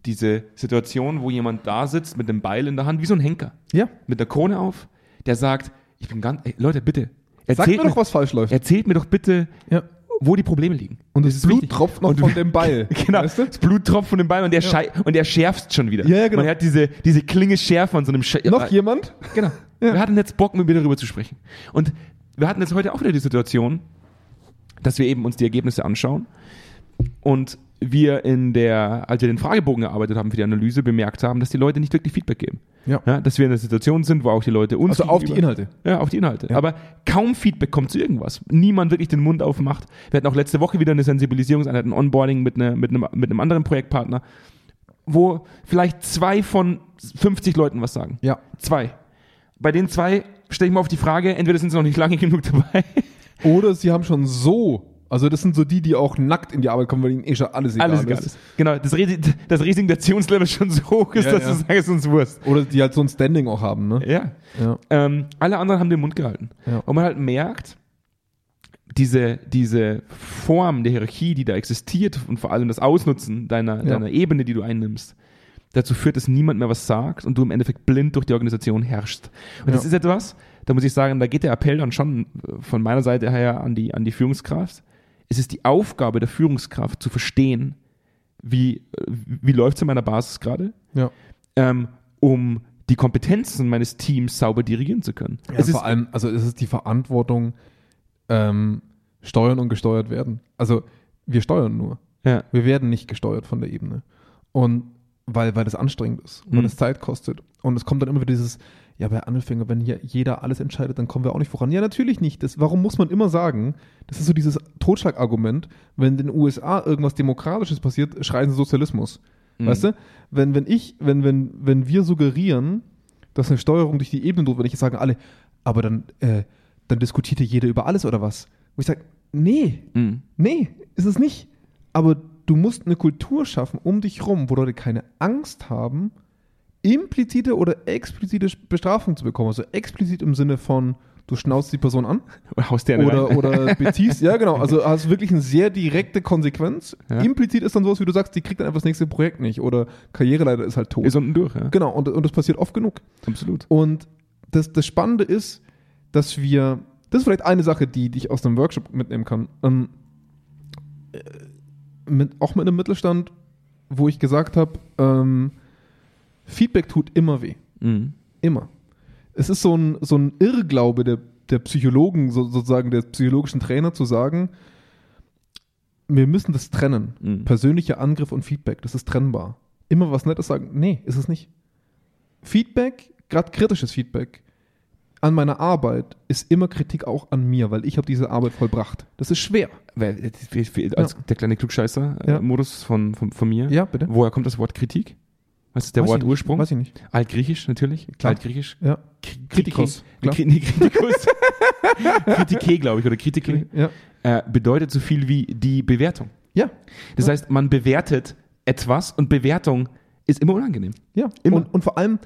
Speaker 1: Diese Situation, wo jemand da sitzt mit einem Beil in der Hand, wie so ein Henker,
Speaker 2: Ja.
Speaker 1: mit der Krone auf, der sagt, ich bin ganz, ey, Leute, bitte,
Speaker 2: Sag
Speaker 1: erzählt
Speaker 2: mir doch, was falsch läuft.
Speaker 1: erzählt mir doch bitte,
Speaker 2: Ja.
Speaker 1: wo die Probleme liegen.
Speaker 2: Und das, Blut
Speaker 1: wichtig.
Speaker 2: tropft noch
Speaker 1: Und-
Speaker 2: von dem Beil.
Speaker 1: Genau,
Speaker 2: Weißt du?
Speaker 1: das Blut tropft von dem Bein und der, schei und der schärft schon wieder.
Speaker 2: Ja, ja, genau.
Speaker 1: Man hat diese, diese Klinge schärfer an so einem Sche
Speaker 2: Noch
Speaker 1: äh,
Speaker 2: jemand?
Speaker 1: Genau. Wir hatten jetzt Bock, mit mir darüber zu sprechen. Und wir hatten jetzt heute auch wieder die Situation, dass wir eben uns die Ergebnisse anschauen und wir in der, als wir den Fragebogen erarbeitet haben für die Analyse, bemerkt haben, dass die Leute nicht wirklich Feedback geben.
Speaker 2: Ja.
Speaker 1: Ja, dass wir in einer Situation sind, wo auch die Leute uns.
Speaker 2: Also auf die
Speaker 1: gegenüber-
Speaker 2: Inhalte.
Speaker 1: ja, auf die Inhalte. Aber kaum Feedback kommt zu irgendwas. Niemand wirklich den Mund aufmacht. ne, Wir hatten auch letzte Woche wieder eine Sensibilisierungseinheit, ein Onboarding mit, einer- mit, einem, mit einem anderen Projektpartner, wo vielleicht zwei von 50 Leuten was sagen.
Speaker 2: Ja.
Speaker 1: Zwei. Bei den zwei stelle ich mal auf die Frage, entweder sind sie noch nicht lange genug dabei.
Speaker 2: Oder sie haben schon so, also das sind so die, die auch nackt in die Arbeit kommen, weil ihnen eh schon alles egal
Speaker 1: Alles egal. ist. Genau, das, Resi- das Resignationslevel schon so hoch ist,
Speaker 2: Ja,
Speaker 1: dass
Speaker 2: ja.
Speaker 1: du sagst, uns Wurst.
Speaker 2: Oder die halt so ein Standing auch haben, ne?
Speaker 1: Ja.
Speaker 2: Ja.
Speaker 1: Ähm, alle anderen haben den Mund gehalten.
Speaker 2: Ja.
Speaker 1: Und man halt merkt, diese, diese Form der Hierarchie, die da existiert und vor allem das Ausnutzen deiner, deiner Ebene, die du einnimmst, dazu führt, dass niemand mehr was sagt und du im Endeffekt blind durch die Organisation herrschst. Und das
Speaker 2: Ja.
Speaker 1: ist etwas, da muss ich sagen, da geht der Appell dann schon äh, von meiner Seite her an die, an die Führungskraft. Es ist die Aufgabe der Führungskraft zu verstehen, wie, äh, wie läuft es in meiner Basis gerade,
Speaker 2: Ja.
Speaker 1: ähm, um die Kompetenzen meines Teams sauber dirigieren zu können.
Speaker 2: Ja,
Speaker 1: es ist
Speaker 2: vor allem, also es ist die Verantwortung, ähm, steuern und gesteuert werden. Also wir steuern nur.
Speaker 1: Ja.
Speaker 2: Wir werden nicht gesteuert von der Ebene. Und weil, weil das anstrengend ist, weil
Speaker 1: Mhm.
Speaker 2: es Zeit kostet. Und es kommt dann immer wieder dieses, ja, bei Angelfinger, wenn hier jeder alles entscheidet, dann kommen wir auch nicht voran. Ja, natürlich nicht. Das, warum muss man immer sagen, das ist so dieses Totschlagargument, wenn in den USA irgendwas Demokratisches passiert, schreien sie Sozialismus. Weißt du? Wenn, wenn ich, wenn, wenn, wenn wir suggerieren, dass eine Steuerung durch die Ebene notwendig ist, sagen alle, aber dann, äh, dann diskutiert hier jeder über alles oder was? Wo ich sage, nee,
Speaker 1: Mhm.
Speaker 2: Nee, ist es nicht. Aber du musst eine Kultur schaffen um dich rum, wo Leute keine Angst haben, implizite oder explizite Bestrafung zu bekommen. Also explizit im Sinne von, du schnauzt die Person an
Speaker 1: Oder haust der
Speaker 2: oder, oder beziehst. Ja, genau. Also hast wirklich eine sehr direkte Konsequenz.
Speaker 1: Ja.
Speaker 2: Implizit ist dann sowas, wie du sagst, die kriegt dann einfach das nächste Projekt nicht oder Karriereleiter ist halt tot.
Speaker 1: ist unten durch, ja.
Speaker 2: genau, und, und das passiert oft genug.
Speaker 1: Absolut.
Speaker 2: Und das, das Spannende ist, dass wir, das ist vielleicht eine Sache, die, die ich aus einem Workshop mitnehmen kann, ähm, äh, mit, auch mit einem Mittelstand, wo ich gesagt habe, ähm, Feedback tut immer weh.
Speaker 1: Mhm.
Speaker 2: Immer. Es ist so ein, so ein Irrglaube der, der Psychologen, so, sozusagen der psychologischen Trainer, zu sagen, wir müssen das trennen.
Speaker 1: Mhm.
Speaker 2: Persönlicher Angriff und Feedback, das ist trennbar. Immer was Nettes sagen, nee, ist es nicht. Feedback, gerade kritisches Feedback an meiner Arbeit, ist immer Kritik auch an mir, weil ich habe diese Arbeit vollbracht. Das ist schwer.
Speaker 1: Weil, äh, wie- wie- als
Speaker 2: Ja.
Speaker 1: der kleine
Speaker 2: Ja.
Speaker 1: Klugscheißer-Modus von, von, von mir.
Speaker 2: Ja, bitte.
Speaker 1: Woher kommt das Wort Kritik? Was ist der
Speaker 2: Weiß ich nicht.
Speaker 1: Wortursprung?
Speaker 2: Weiß ich nicht.
Speaker 1: Altgriechisch natürlich.
Speaker 2: Klar.
Speaker 1: Altgriechisch.
Speaker 2: Ja.
Speaker 1: Kri-
Speaker 2: Kritikos,
Speaker 1: Kritike- Kri- nee, Kritikus. Kritike, glaube ich, oder Kritike.
Speaker 2: Ja.
Speaker 1: Äh, bedeutet so viel wie die Bewertung.
Speaker 2: Ja.
Speaker 1: Das heißt, man bewertet etwas und Bewertung ist immer unangenehm.
Speaker 2: Ja,
Speaker 1: Immer.
Speaker 2: Und, und vor allem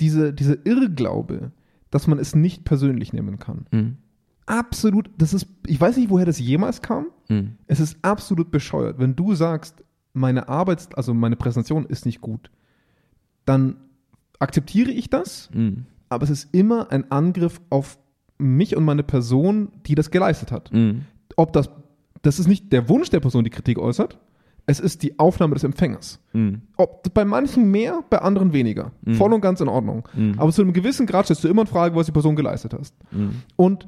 Speaker 2: diese, diese Irrglaube, dass man es nicht persönlich nehmen kann. Absolut, das ist, ich weiß nicht, woher das jemals kam.
Speaker 1: Mhm.
Speaker 2: Es ist absolut bescheuert. Wenn du sagst, meine Arbeits-, also meine Präsentation ist nicht gut, dann akzeptiere ich das,
Speaker 1: Mhm.
Speaker 2: aber es ist immer ein Angriff auf mich und meine Person, die das geleistet hat.
Speaker 1: Mhm.
Speaker 2: Ob das, das ist nicht der Wunsch der Person, die Kritik äußert, es ist die Aufnahme des Empfängers
Speaker 1: Mhm.
Speaker 2: ob bei manchen mehr, bei anderen weniger. Voll und ganz in Ordnung. Aber zu einem gewissen Grad stellst du immer in Frage, was die Person geleistet hast. Und,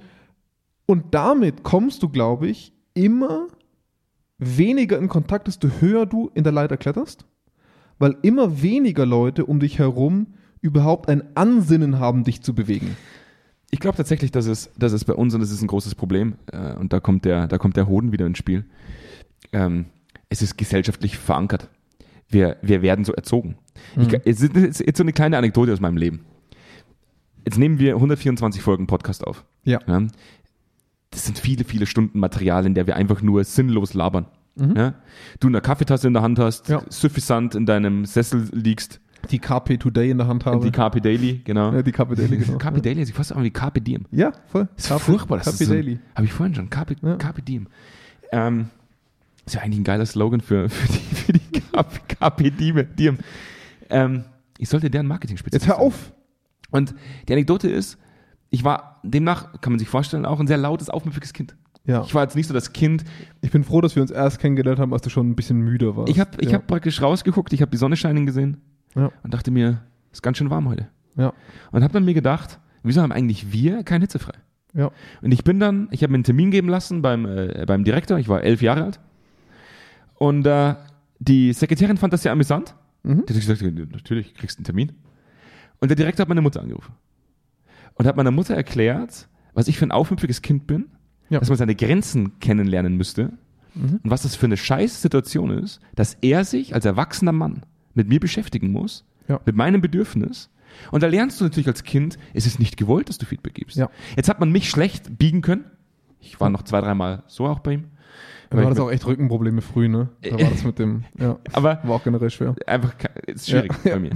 Speaker 2: und damit kommst du, glaube ich, immer weniger in Kontakt, desto höher du in der Leiter kletterst, weil immer weniger Leute um dich herum überhaupt ein Ansinnen haben, dich zu bewegen.
Speaker 1: Ich glaube tatsächlich, dass es, dass es bei uns, und das ist ein großes Problem, äh, und da kommt, der, da kommt der Hoden wieder ins Spiel, ähm, es ist gesellschaftlich verankert. Wir, wir werden so erzogen.
Speaker 2: Mhm.
Speaker 1: Ich, kann- es ist jetzt, jetzt so eine kleine Anekdote aus meinem Leben. Jetzt nehmen wir 124 Folgen Podcast auf.
Speaker 2: Ja.
Speaker 1: Ja. Das sind viele, viele Stunden Material, in der wir einfach nur sinnlos labern. Ja? Du eine Kaffeetasse in der Hand hast,
Speaker 2: Mhm. Ja.
Speaker 1: suffisant in deinem Sessel liegst,
Speaker 2: Die KP Today in der Hand habe.
Speaker 1: die Carpe Daily, genau.
Speaker 2: ja, die KP Daily. Genau.
Speaker 1: Carpe Daily, ich fasse an wie Carpe Diem.
Speaker 2: Ja, voll.
Speaker 1: Das ist furchtbar, das
Speaker 2: KP
Speaker 1: ist so,
Speaker 2: Daily.
Speaker 1: Habe ich vorhin schon, Carpe,
Speaker 2: Ja.
Speaker 1: Carpe Diem. Ähm, ist ja eigentlich ein geiler Slogan für, für die, für die Carpe, Carpe Diem. Diem. Ähm, ich sollte deren Marketing
Speaker 2: Jetzt hör auf.
Speaker 1: Und die Anekdote ist, ich war demnach, kann man sich vorstellen, auch ein sehr lautes, aufmüpfiges Kind.
Speaker 2: Ja.
Speaker 1: Ich war jetzt nicht so das Kind.
Speaker 2: Ich bin froh, dass wir uns erst kennengelernt haben, als du schon ein bisschen müder warst.
Speaker 1: Ich habe ich
Speaker 2: ja.
Speaker 1: hab praktisch rausgeguckt, ich habe die Sonne scheinen gesehen
Speaker 2: Ja.
Speaker 1: und dachte mir, ist ganz schön warm heute.
Speaker 2: Ja.
Speaker 1: Und habe dann mir gedacht, wieso haben eigentlich wir keine Hitze frei?
Speaker 2: Ja.
Speaker 1: Und ich bin dann, ich habe mir einen Termin geben lassen beim, äh, beim Direktor, ich war elf Jahre alt. Und äh, die Sekretärin fand das sehr amüsant.
Speaker 2: Mhm.
Speaker 1: Die hat gesagt, natürlich kriegst du einen Termin. Und der Direktor hat meine Mutter angerufen. Und hat meiner Mutter erklärt, was ich für ein aufmüpfiges Kind bin,
Speaker 2: Ja. Mhm.
Speaker 1: dass man seine Grenzen kennenlernen müsste und was das für eine Scheißsituation ist, dass er sich als erwachsener Mann mit mir beschäftigen muss,
Speaker 2: Ja.
Speaker 1: mit meinem Bedürfnis. Und da lernst du natürlich als Kind, es ist nicht gewollt, dass du Feedback gibst.
Speaker 2: Ja.
Speaker 1: Jetzt hat man mich schlecht biegen können. Ich war noch zwei, dreimal so auch bei ihm.
Speaker 2: Da
Speaker 1: Weil
Speaker 2: war
Speaker 1: ich
Speaker 2: das
Speaker 1: mit-
Speaker 2: auch echt Rückenprobleme früh, ne? Da war das mit dem, ja.
Speaker 1: Aber
Speaker 2: War auch generell schwer.
Speaker 1: einfach ke- ist schwierig
Speaker 2: Ja.
Speaker 1: bei mir.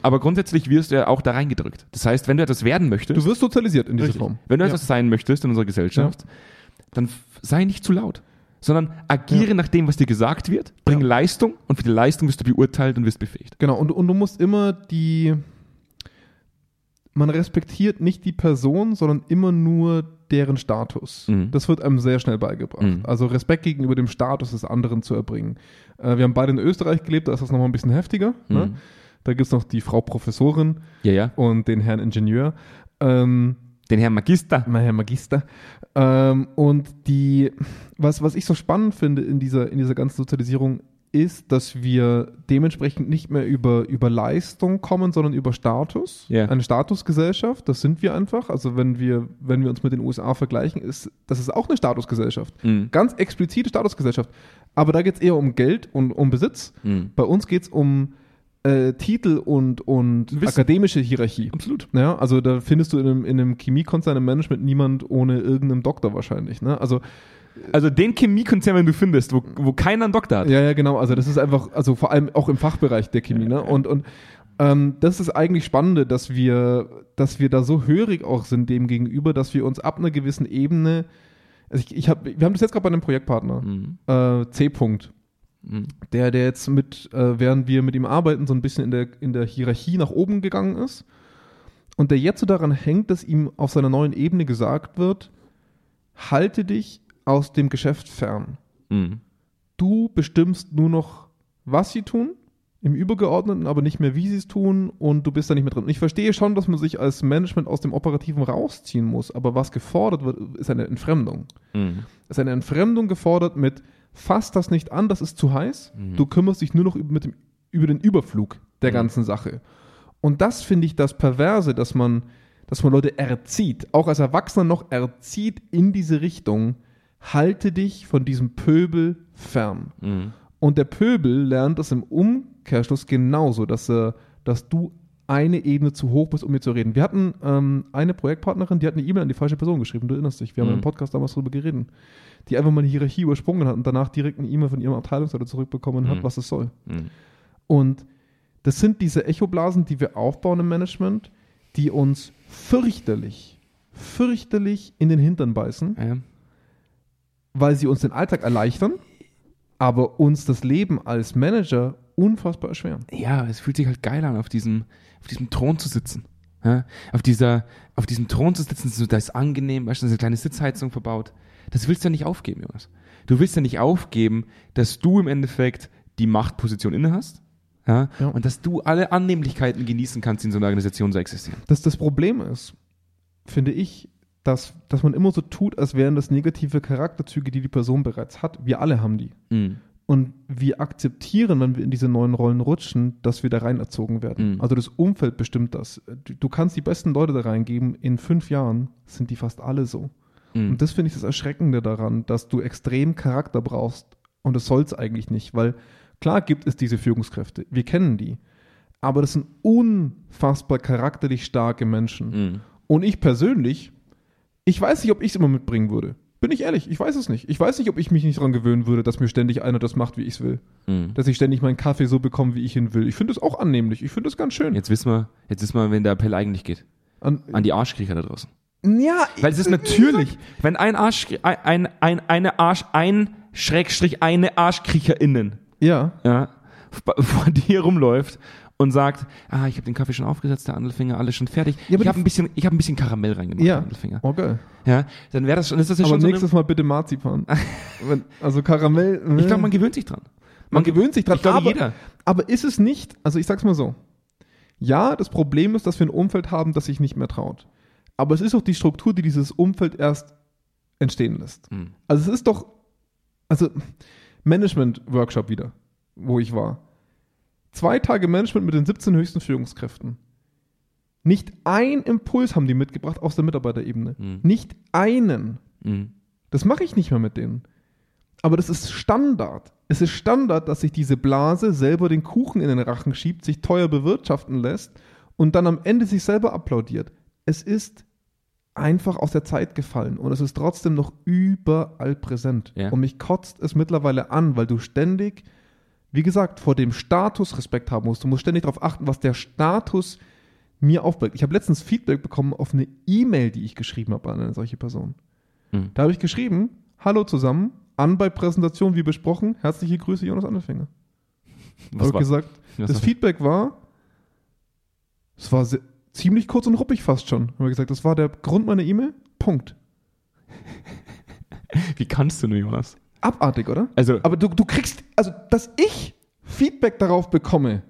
Speaker 1: Aber grundsätzlich wirst du ja auch da reingedrückt. Das heißt, wenn du etwas werden möchtest,
Speaker 2: Du wirst sozialisiert in dieser
Speaker 1: Richtig.
Speaker 2: Form.
Speaker 1: wenn du
Speaker 2: ja.
Speaker 1: etwas sein möchtest in unserer Gesellschaft, dann f- sei nicht zu laut, sondern agiere nach dem, was dir gesagt wird, bring Leistung und für die Leistung wirst du beurteilt und wirst befähigt.
Speaker 2: Genau, und, und du musst immer die. Man respektiert nicht die Person, sondern immer nur deren Status.
Speaker 1: Mhm.
Speaker 2: Das wird einem sehr schnell beigebracht.
Speaker 1: Mhm.
Speaker 2: Also Respekt gegenüber dem Status des anderen zu erbringen. Äh, wir haben beide in Österreich gelebt, da ist das nochmal ein bisschen heftiger. Ne?
Speaker 1: Mhm.
Speaker 2: Da gibt es noch die Frau Professorin
Speaker 1: Ja, ja.
Speaker 2: und den Herrn Ingenieur. Ähm,
Speaker 1: Den Herrn Magister.
Speaker 2: mein Herr Magister. Ähm, und die, was, was ich so spannend finde in dieser, in dieser ganzen Sozialisierung, ist, dass wir dementsprechend nicht mehr über, über Leistung kommen, sondern über Status.
Speaker 1: Ja.
Speaker 2: Eine Statusgesellschaft, das sind wir einfach. Also wenn wir, wenn wir uns mit den USA vergleichen, ist das ist auch eine Statusgesellschaft.
Speaker 1: Mhm.
Speaker 2: Ganz explizite Statusgesellschaft. Aber da geht es eher um Geld und um Besitz.
Speaker 1: Mhm.
Speaker 2: Bei uns geht es um äh, Titel und, und
Speaker 1: Wissen.
Speaker 2: akademische Hierarchie.
Speaker 1: Absolut.
Speaker 2: Ja, also da findest du in einem, in einem Chemiekonzern im Management niemand ohne irgendeinem Doktor wahrscheinlich. Ne? Also,
Speaker 1: Also den Chemiekonzern, wenn du findest, wo, wo keiner einen Doktor hat.
Speaker 2: ja, ja, genau. Also das ist einfach, also vor allem auch im Fachbereich der Chemie. Ne? Und, und ähm, das ist eigentlich Spannende, dass wir, dass wir da so hörig auch sind dem gegenüber, dass wir uns ab einer gewissen Ebene, also ich, ich hab, wir haben das jetzt gerade bei einem Projektpartner,
Speaker 1: Mhm.
Speaker 2: äh, C-Punkt.
Speaker 1: Mhm.
Speaker 2: der, der jetzt mit, äh, während wir mit ihm arbeiten, so ein bisschen in der, in der Hierarchie nach oben gegangen ist. Und der jetzt so daran hängt, dass ihm auf seiner neuen Ebene gesagt wird, halte dich aus dem Geschäft fern.
Speaker 1: Mhm.
Speaker 2: Du bestimmst nur noch, was sie tun, im Übergeordneten, aber nicht mehr, wie sie es tun und du bist da nicht mehr drin. Und ich verstehe schon, dass man sich als Management aus dem Operativen rausziehen muss, aber was gefordert wird, ist eine Entfremdung
Speaker 1: Mhm.
Speaker 2: ist eine Entfremdung gefordert mit fass das nicht an, das ist zu heiß. Du kümmerst dich nur noch über, mit dem, über den Überflug der ganzen Sache. Und das finde ich das Perverse, dass man, dass man Leute erzieht, auch als Erwachsener noch erzieht in diese Richtung, halte dich von diesem Pöbel fern.
Speaker 1: Mhm.
Speaker 2: Und der Pöbel lernt das im Umkehrschluss genauso, dass, er, dass du eine Ebene zu hoch bist, um mit zu reden. Wir hatten ähm, eine Projektpartnerin, die hat eine E-Mail an die falsche Person geschrieben, du erinnerst dich, wir haben
Speaker 1: Mhm.
Speaker 2: im Podcast damals drüber geredet, die einfach mal eine Hierarchie übersprungen hat und danach direkt eine E-Mail von ihrem Abteilungsleiter zurückbekommen hat,
Speaker 1: Mhm.
Speaker 2: was es soll.
Speaker 1: Mhm.
Speaker 2: Und das sind diese Echoblasen, die wir aufbauen im Management, die uns fürchterlich, fürchterlich in den Hintern beißen
Speaker 1: Ja.
Speaker 2: weil sie uns den Alltag erleichtern, aber uns das Leben als Manager unfassbar erschweren.
Speaker 1: ja, es fühlt sich halt geil an, auf diesem, auf diesem Thron zu sitzen. Ja? Auf, dieser, auf diesem Thron zu sitzen, so, da ist angenehm, weißt du, da ist eine kleine Sitzheizung verbaut. Das willst du ja nicht aufgeben, Jonas. Du willst ja nicht aufgeben, dass du im Endeffekt die Machtposition innehast ja?
Speaker 2: Ja.
Speaker 1: und dass du alle Annehmlichkeiten genießen kannst, die in so einer Organisation so existieren.
Speaker 2: Dass das Problem ist, finde ich, dass, dass man immer so tut, als wären das negative Charakterzüge, die die Person bereits hat. Wir alle haben die.
Speaker 1: Mm,
Speaker 2: Und wir akzeptieren, wenn wir in diese neuen Rollen rutschen, dass wir da rein erzogen werden.
Speaker 1: Mhm.
Speaker 2: Also das Umfeld bestimmt das. Du du kannst die besten Leute da reingeben. In fünf Jahren sind die fast alle so.
Speaker 1: Mhm.
Speaker 2: Und das finde ich das Erschreckende daran, dass du extrem Charakter brauchst. Und das soll es eigentlich nicht, weil klar gibt es diese Führungskräfte. Wir kennen die. Aber das sind unfassbar charakterlich starke Menschen.
Speaker 1: Mhm.
Speaker 2: Und ich persönlich, ich weiß nicht, ob ich es immer mitbringen würde. Bin ich ehrlich, ich weiß es nicht. Ich weiß nicht, ob ich mich nicht daran gewöhnen würde, dass mir ständig einer das macht, wie ich es will.
Speaker 1: Mhm.
Speaker 2: Dass ich ständig meinen Kaffee so bekomme, wie ich ihn will. Ich finde es auch annehmlich. Ich finde es ganz schön.
Speaker 1: Jetzt wissen wir, jetzt wissen wir, wen der Appell eigentlich geht.
Speaker 2: An,
Speaker 1: An die Arschkriecher da draußen.
Speaker 2: ja,
Speaker 1: Weil es ist natürlich, wenn ein Arsch, ein, ein, eine Arsch, ein Schrägstrich, eine Arschkriecherinnen
Speaker 2: ja,
Speaker 1: ja, v- vor dir rumläuft und sagt, ah, ich habe den Kaffee schon aufgesetzt, der Andelfinger, alles schon fertig.
Speaker 2: Ja, aber
Speaker 1: ich
Speaker 2: die-
Speaker 1: habe ein bisschen, ich habe ein bisschen Karamell reingemacht,
Speaker 2: ja.
Speaker 1: Andelfinger.
Speaker 2: Oh, geil.
Speaker 1: Ja, dann wäre das schon, ist das ja
Speaker 2: Aber
Speaker 1: schon so eine,
Speaker 2: nächstes Mal bitte Marzipan. Wenn- also Karamell.
Speaker 1: Ich glaube, man gewöhnt sich dran.
Speaker 2: Man gewöhnt sich dran.
Speaker 1: Ich glaube,
Speaker 2: aber,
Speaker 1: jeder.
Speaker 2: aber ist es nicht, also ich sag's mal so. Ja, das Problem ist, dass wir ein Umfeld haben, das sich nicht mehr traut. Aber es ist auch die Struktur, die dieses Umfeld erst entstehen lässt.
Speaker 1: Mhm.
Speaker 2: Also es ist doch, also Management-Workshop wieder, wo ich war. Zwei Tage Management mit den 17 höchsten Führungskräften. Nicht ein Impuls haben die mitgebracht aus der Mitarbeiterebene.
Speaker 1: Mhm.
Speaker 2: Nicht einen.
Speaker 1: Mhm.
Speaker 2: Das mache ich nicht mehr mit denen. Aber das ist Standard. Es ist Standard, dass sich diese Blase selber den Kuchen in den Rachen schiebt, sich teuer bewirtschaften lässt und dann am Ende sich selber applaudiert. Es ist einfach aus der Zeit gefallen und es ist trotzdem noch überall präsent.
Speaker 1: Ja.
Speaker 2: Und mich kotzt es mittlerweile an, weil du ständig, wie gesagt, vor dem Status Respekt haben musst. Du musst ständig darauf achten, was der Status mir aufbringt. Ich habe letztens Feedback bekommen auf eine E-Mail, die ich geschrieben habe an eine solche Person.
Speaker 1: Mhm.
Speaker 2: Da habe ich geschrieben, hallo zusammen, an bei Präsentation wie besprochen, herzliche Grüße Jonas Annefinger.
Speaker 1: Was
Speaker 2: Habe
Speaker 1: war,
Speaker 2: gesagt,
Speaker 1: was
Speaker 2: das
Speaker 1: war-
Speaker 2: Feedback war, es war se- ziemlich kurz und ruppig fast schon. Haben wir gesagt, das war der Grund meiner E-Mail. Punkt.
Speaker 1: wie kannst du nur, Jonas?
Speaker 2: Abartig, oder?
Speaker 1: Also,
Speaker 2: Aber du, du kriegst, also dass ich Feedback darauf
Speaker 1: Hm.
Speaker 2: bekomme,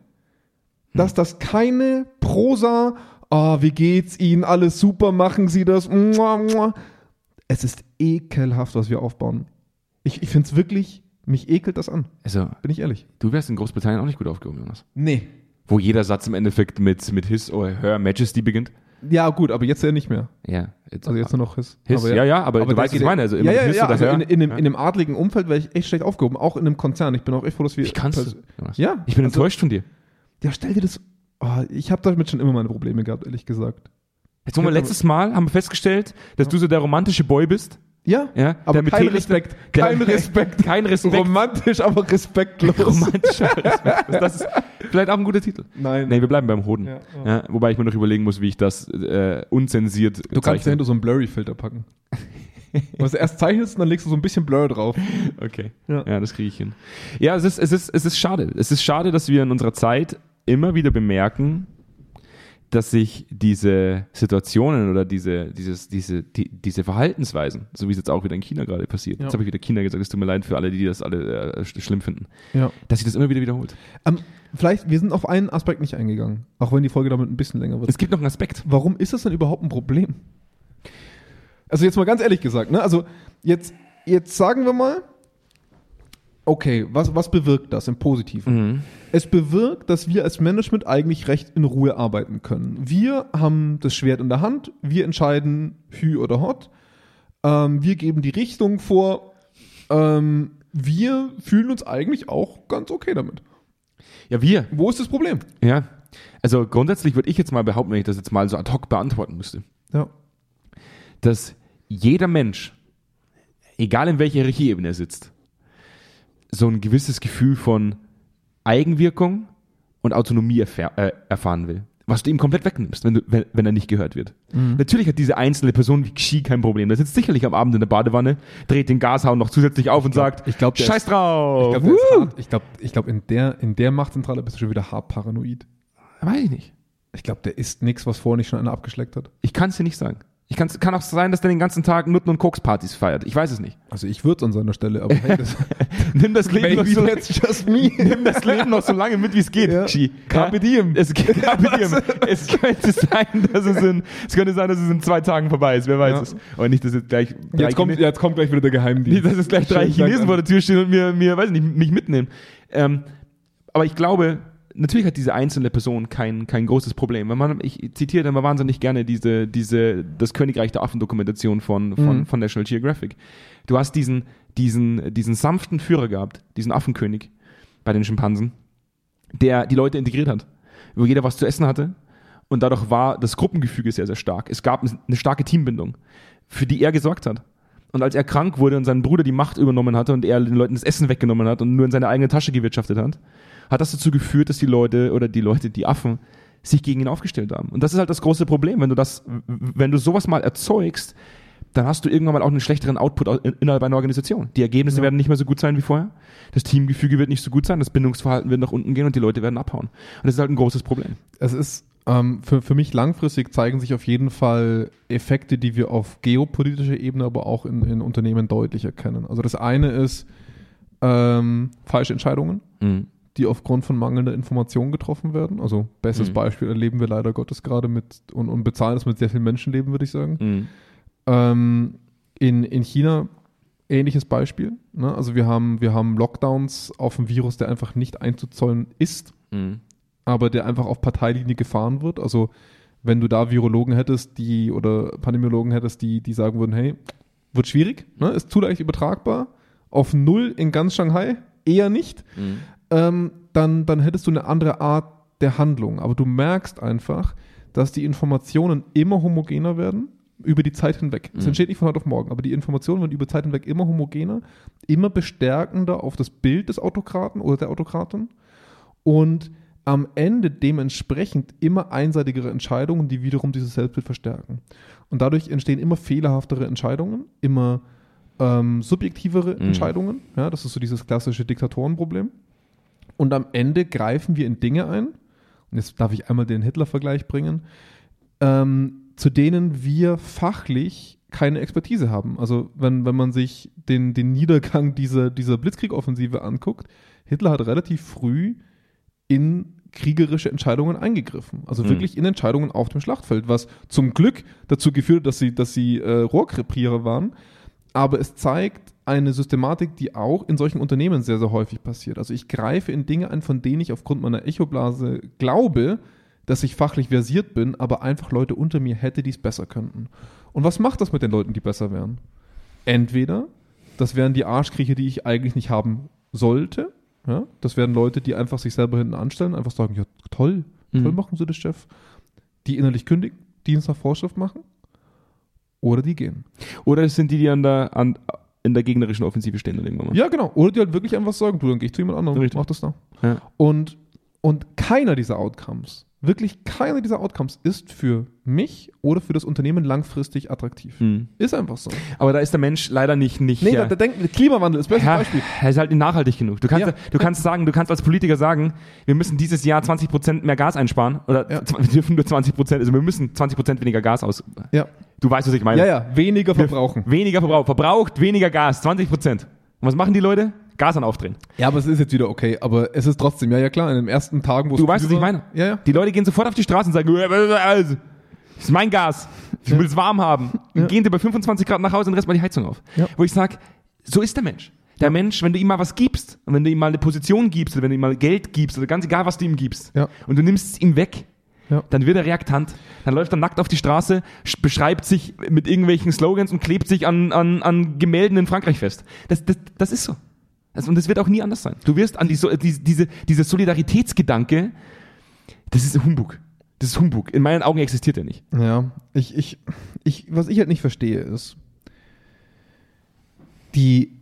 Speaker 2: dass das keine Prosa, ah, wie geht's Ihnen, alles super, machen Sie das. Mua, mua. Es ist ekelhaft, was wir aufbauen. Ich, ich finde es wirklich, mich ekelt das an,
Speaker 1: also,
Speaker 2: bin ich ehrlich.
Speaker 1: du wärst in Großbritannien auch nicht gut aufgehoben, Jonas.
Speaker 2: Nee.
Speaker 1: Wo jeder Satz im Endeffekt mit, mit His or Her Majesty beginnt.
Speaker 2: Ja, gut, aber jetzt ja nicht mehr.
Speaker 1: Ja, it's-
Speaker 2: Also jetzt nur noch His.
Speaker 1: His, ja, ja, aber, du
Speaker 2: das
Speaker 1: weißt, was ich
Speaker 2: geht-
Speaker 1: meine. Also,
Speaker 2: ja,
Speaker 1: immer
Speaker 2: ja,
Speaker 1: His
Speaker 2: ja,
Speaker 1: oder
Speaker 2: also
Speaker 1: Her.
Speaker 2: in, in, einem,
Speaker 1: Ja.
Speaker 2: in einem adligen Umfeld wäre ich echt schlecht aufgehoben, auch in einem Konzern. Ich bin auch echt froh, dass wir.
Speaker 1: Wie kannst du? Jonas?
Speaker 2: Ja,
Speaker 1: Ich bin
Speaker 2: also-
Speaker 1: enttäuscht von dir.
Speaker 2: Ja, stell dir das. Oh, ich habe damit schon immer meine Probleme gehabt, ehrlich gesagt.
Speaker 1: Jetzt haben wir letztes Mal haben wir festgestellt, dass du so der romantische Boy bist.
Speaker 2: Ja,
Speaker 1: Ja,
Speaker 2: aber
Speaker 1: der mit
Speaker 2: kein
Speaker 1: Teelichter-
Speaker 2: Respekt.
Speaker 1: der-
Speaker 2: Kein Respekt.
Speaker 1: Kein Genau. Respekt.
Speaker 2: Romantisch, aber respektlos.
Speaker 1: Romantischer Respekt. Das ist vielleicht auch ein guter Titel.
Speaker 2: Nein.
Speaker 1: Nee, wir bleiben beim Hoden.
Speaker 2: Ja,
Speaker 1: Ja, wobei ich mir noch überlegen muss, wie ich das äh, unzensiert
Speaker 2: du kannst ja hinter so einen Blurry-Filter packen. Was du erst zeichnest und dann legst du so ein bisschen Blur drauf.
Speaker 1: Okay.
Speaker 2: Ja.
Speaker 1: Ja, das kriege ich hin. Ja, es ist, es, ist, es ist schade. Es ist schade, dass wir in unserer Zeit immer wieder bemerken, dass sich diese Situationen oder diese, dieses, diese, die, diese Verhaltensweisen, so wie es jetzt auch wieder in China gerade passiert,
Speaker 2: Ja.
Speaker 1: jetzt habe ich wieder China gesagt, es tut mir leid für alle, die das alle äh, sch- schlimm finden,
Speaker 2: Ja.
Speaker 1: dass sich das immer wieder wiederholt.
Speaker 2: Ähm, vielleicht, wir sind auf einen Aspekt nicht eingegangen, auch wenn die Folge damit ein bisschen länger wird.
Speaker 1: Es gibt noch einen Aspekt.
Speaker 2: warum ist das denn überhaupt ein Problem? Also jetzt mal ganz ehrlich gesagt, ne? Also jetzt, jetzt sagen wir mal, okay, was, was bewirkt das im
Speaker 1: Mhm.
Speaker 2: Positiven? Es bewirkt, dass wir als Management eigentlich recht in Ruhe arbeiten können. Wir haben das Schwert in der Hand, wir entscheiden Hü oder Hot, ähm, wir geben die Richtung vor, ähm, wir fühlen uns eigentlich auch ganz okay damit.
Speaker 1: Ja, wir.
Speaker 2: Wo ist das Problem?
Speaker 1: Ja. Also grundsätzlich würde ich jetzt mal behaupten, wenn ich das jetzt mal so ad hoc beantworten müsste,
Speaker 2: Ja.
Speaker 1: dass jeder Mensch, egal in welcher Hierarchieebene er sitzt, so ein gewisses Gefühl von Eigenwirkung und Autonomie erfahr äh, erfahren will. Was du ihm komplett wegnimmst, wenn, du, wenn, wenn er nicht gehört wird.
Speaker 2: Mhm.
Speaker 1: Natürlich hat diese einzelne Person wie Xi kein Problem. Der sitzt sicherlich am Abend in der Badewanne, dreht den Gashahn noch zusätzlich auf und
Speaker 2: glaub-
Speaker 1: sagt,
Speaker 2: ich glaub, der
Speaker 1: scheiß
Speaker 2: ist-
Speaker 1: drauf.
Speaker 2: Ich glaube,
Speaker 1: Wuhu!
Speaker 2: glaub, ich glaub, in, der, in der Machtzentrale bist du schon wieder haarparanoid.
Speaker 1: Weiß ich nicht.
Speaker 2: Ich glaube, der ist nichts, was vorher nicht schon einer abgeschleckt hat.
Speaker 1: Ich kann es dir nicht sagen. Ich kann's, kann auch sein, dass der den ganzen Tag Nutten- und Kokspartys feiert. Ich weiß es nicht.
Speaker 2: Also ich würde es an seiner Stelle, aber hey, das
Speaker 1: Nimm das Leben noch so
Speaker 2: just me.
Speaker 1: Nimm das Leben noch so lange mit, wie es geht,
Speaker 2: Ja.
Speaker 1: Xi.
Speaker 2: Carpe diem.
Speaker 1: Es, Carpe diem. es könnte sein, dass es in, es könnte sein, dass es in zwei Tagen vorbei ist. Wer weiß
Speaker 2: Ja.
Speaker 1: es. Und nicht, dass jetzt gleich drei,
Speaker 2: Jetzt kommt,
Speaker 1: Chine-
Speaker 2: jetzt kommt gleich wieder der Geheimdienst.
Speaker 1: nicht, dass jetzt gleich drei
Speaker 2: Schönen
Speaker 1: Chinesen
Speaker 2: Dank
Speaker 1: vor
Speaker 2: an-
Speaker 1: der Tür stehen und mir, mir, weiß ich nicht, mich mitnehmen. Ähm, aber ich glaube, natürlich hat diese einzelne Person kein, kein großes Problem. Wenn man, ich zitiere da immer wahnsinnig gerne diese, diese, das Königreich der Affen-Dokumentation von, von,
Speaker 2: Mhm.
Speaker 1: von National Geographic. Du hast diesen, diesen, diesen sanften Führer gehabt, diesen Affenkönig bei den Schimpansen, der die Leute integriert hat, wo jeder was zu essen hatte. Und dadurch war das Gruppengefüge sehr, sehr stark. Es gab eine starke Teambindung, für die er gesorgt hat. Und als er krank wurde und sein Bruder die Macht übernommen hatte und er den Leuten das Essen weggenommen hat und nur in seine eigene Tasche gewirtschaftet hat, hat das dazu geführt, dass die Leute oder die Leute, die Affen, sich gegen ihn aufgestellt haben. Und das ist halt das große Problem. Wenn du das, wenn du sowas mal erzeugst, dann hast du irgendwann mal auch einen schlechteren Output au- in- innerhalb einer Organisation. Die Ergebnisse werden nicht mehr so gut sein wie vorher. Das Teamgefüge wird nicht so gut sein. Das Bindungsverhalten wird nach unten gehen und die Leute werden abhauen. Und das ist halt ein großes Problem.
Speaker 2: Es ist, ähm, für, für mich langfristig zeigen sich auf jeden Fall Effekte, die wir auf geopolitischer Ebene, aber auch in, in Unternehmen deutlich erkennen. Also das eine ist ähm, falsche Entscheidungen. die aufgrund von mangelnder Information getroffen werden. Also bestes
Speaker 1: Mhm.
Speaker 2: Beispiel erleben wir leider Gottes gerade mit und, und bezahlen das mit sehr vielen Menschenleben, würde ich sagen.
Speaker 1: Mhm.
Speaker 2: Ähm, in, in China ähnliches Beispiel. Ne? Also wir haben, wir haben Lockdowns auf einen Virus, der einfach nicht einzuzollen ist,
Speaker 1: Mhm.
Speaker 2: aber der einfach auf Parteilinie gefahren wird. Also wenn du da Virologen hättest, die oder Pandemiologen hättest, die, die sagen würden, hey, wird schwierig, ne? ist zu leicht übertragbar, auf null in ganz Shanghai, eher nicht, ähm, dann, dann hättest du eine andere Art der Handlung. Aber du merkst einfach, dass die Informationen immer homogener werden über die Zeit hinweg. Es entsteht nicht von heute auf morgen, aber die Informationen werden über Zeit hinweg immer homogener, immer bestärkender auf das Bild des Autokraten oder der Autokratin und am Ende dementsprechend immer einseitigere Entscheidungen, die wiederum dieses Selbstbild verstärken. Und dadurch entstehen immer fehlerhaftere Entscheidungen, immer ähm, subjektivere Entscheidungen. Ja, das ist so dieses klassische Diktatorenproblem. Und am Ende greifen wir in Dinge ein, und jetzt darf ich einmal den Hitler-Vergleich bringen, ähm, zu denen wir fachlich keine Expertise haben. Also wenn, wenn man sich den, den Niedergang dieser, dieser Blitzkrieg-Offensive anguckt, Hitler hat relativ früh in kriegerische Entscheidungen eingegriffen. Also wirklich in Entscheidungen auf dem Schlachtfeld, was zum Glück dazu geführt hat, dass sie, dass sie äh, Rohrkrepierer waren. Aber es zeigt eine Systematik, die auch in solchen Unternehmen sehr, sehr häufig passiert. Also ich greife in Dinge ein, von denen ich aufgrund meiner Echoblase glaube, dass ich fachlich versiert bin, aber einfach Leute unter mir hätte, die es besser könnten. Und was macht das mit den Leuten, die besser wären? Entweder, das wären die Arschkrieche, die ich eigentlich nicht haben sollte. Ja? Das wären Leute, die einfach sich selber hinten anstellen, einfach sagen, ja toll,
Speaker 1: Mhm.
Speaker 2: toll machen sie das, Chef. Die innerlich kündigen, Dienst nach Vorschrift machen oder die gehen.
Speaker 1: Oder es sind die, die an der, an, in der gegnerischen Offensive stehen dann irgendwann mal.
Speaker 2: Ja, genau. Oder die halt wirklich einfach sagen, du, dann geh ich zu jemand anderem,
Speaker 1: Richtig.
Speaker 2: mach das da.
Speaker 1: Ja.
Speaker 2: Und, und keiner dieser Outcomes, wirklich keiner dieser Outcomes ist für mich oder für das Unternehmen langfristig attraktiv.
Speaker 1: Mhm.
Speaker 2: Ist einfach so.
Speaker 1: Aber da ist der Mensch leider nicht. nicht
Speaker 2: Nee,
Speaker 1: äh,
Speaker 2: da, da denkt, Klimawandel ist bestes
Speaker 1: Ja,
Speaker 2: Beispiel.
Speaker 1: er ist halt nicht nachhaltig genug. Du kannst,
Speaker 2: Ja.
Speaker 1: du kannst sagen, du kannst als Politiker sagen, wir müssen dieses Jahr 20% mehr Gas einsparen oder
Speaker 2: Ja.
Speaker 1: zw- wir dürfen nur 20%, also wir müssen 20% weniger Gas aus.
Speaker 2: Ja.
Speaker 1: Du weißt, was ich meine.
Speaker 2: ja, ja, weniger verbrauchen.
Speaker 1: Weniger Verbrauch, verbraucht weniger Gas, 20%. Und was machen die Leute? Gas an aufdrehen.
Speaker 2: Ja, aber es ist jetzt wieder okay, aber es ist trotzdem, ja, ja klar, in den ersten Tagen, wo
Speaker 1: Du
Speaker 2: es
Speaker 1: weißt, was
Speaker 2: früh
Speaker 1: ich
Speaker 2: war-
Speaker 1: meine.
Speaker 2: Ja, ja.
Speaker 1: Die Leute gehen sofort auf die Straße und sagen, "Äh, äh, äh, das ist mein Gas. Ich will es warm haben. Dann Gehen die bei 25 Grad nach Hause und resten mal die Heizung auf.
Speaker 2: Ja.
Speaker 1: Wo ich sage, so ist der Mensch. Der Mensch, wenn du ihm mal was gibst, und wenn du ihm mal eine Position gibst, oder wenn du ihm mal Geld gibst, oder ganz egal, was du ihm gibst,
Speaker 2: Ja.
Speaker 1: und du nimmst es ihm weg,
Speaker 2: Ja.
Speaker 1: dann wird er reaktant. Dann läuft er nackt auf die Straße, sch- beschreibt sich mit irgendwelchen Slogans und klebt sich an, an, an Gemälden in Frankreich fest. Das, das, das ist so. Das, und das wird auch nie anders sein. Du wirst an die, so, die, diese, dieser Solidaritätsgedanke, das ist Humbug. Das ist Humbug. In meinen Augen existiert er nicht.
Speaker 2: Ja, ich, ich, ich, was ich halt nicht verstehe ist, die,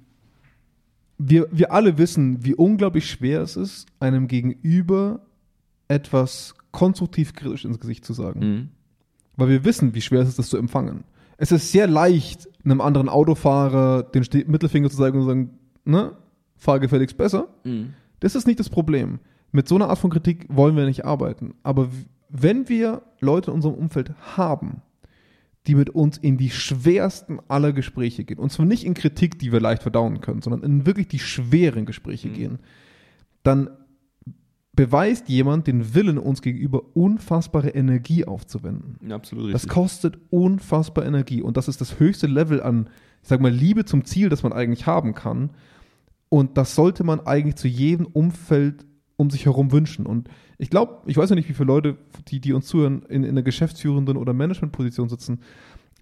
Speaker 2: wir, wir alle wissen, wie unglaublich schwer es ist, einem Gegenüber etwas konstruktiv kritisch ins Gesicht zu sagen.
Speaker 1: Mhm.
Speaker 2: Weil wir wissen, wie schwer es ist, das zu empfangen. Es ist sehr leicht, einem anderen Autofahrer den Ste Mittelfinger zu zeigen und zu sagen, ne, fahr gefälligst besser. Das ist nicht das Problem. Mit so einer Art von Kritik wollen wir nicht arbeiten. Aber w- wenn wir Leute in unserem Umfeld haben, die mit uns in die schwersten aller Gespräche gehen, und zwar nicht in Kritik, die wir leicht verdauen können, sondern in wirklich die schweren Gespräche gehen, dann beweist jemand den Willen, uns gegenüber unfassbare Energie aufzuwenden.
Speaker 1: Absolut
Speaker 2: Das kostet unfassbar Energie und das ist das höchste Level an, ich sag mal, Liebe zum Ziel, das man eigentlich haben kann. Und das sollte man eigentlich zu jedem Umfeld um sich herum wünschen. Und ich glaube, ich weiß ja nicht, wie viele Leute, die, die uns zuhören, in, in einer geschäftsführenden oder Managementposition sitzen,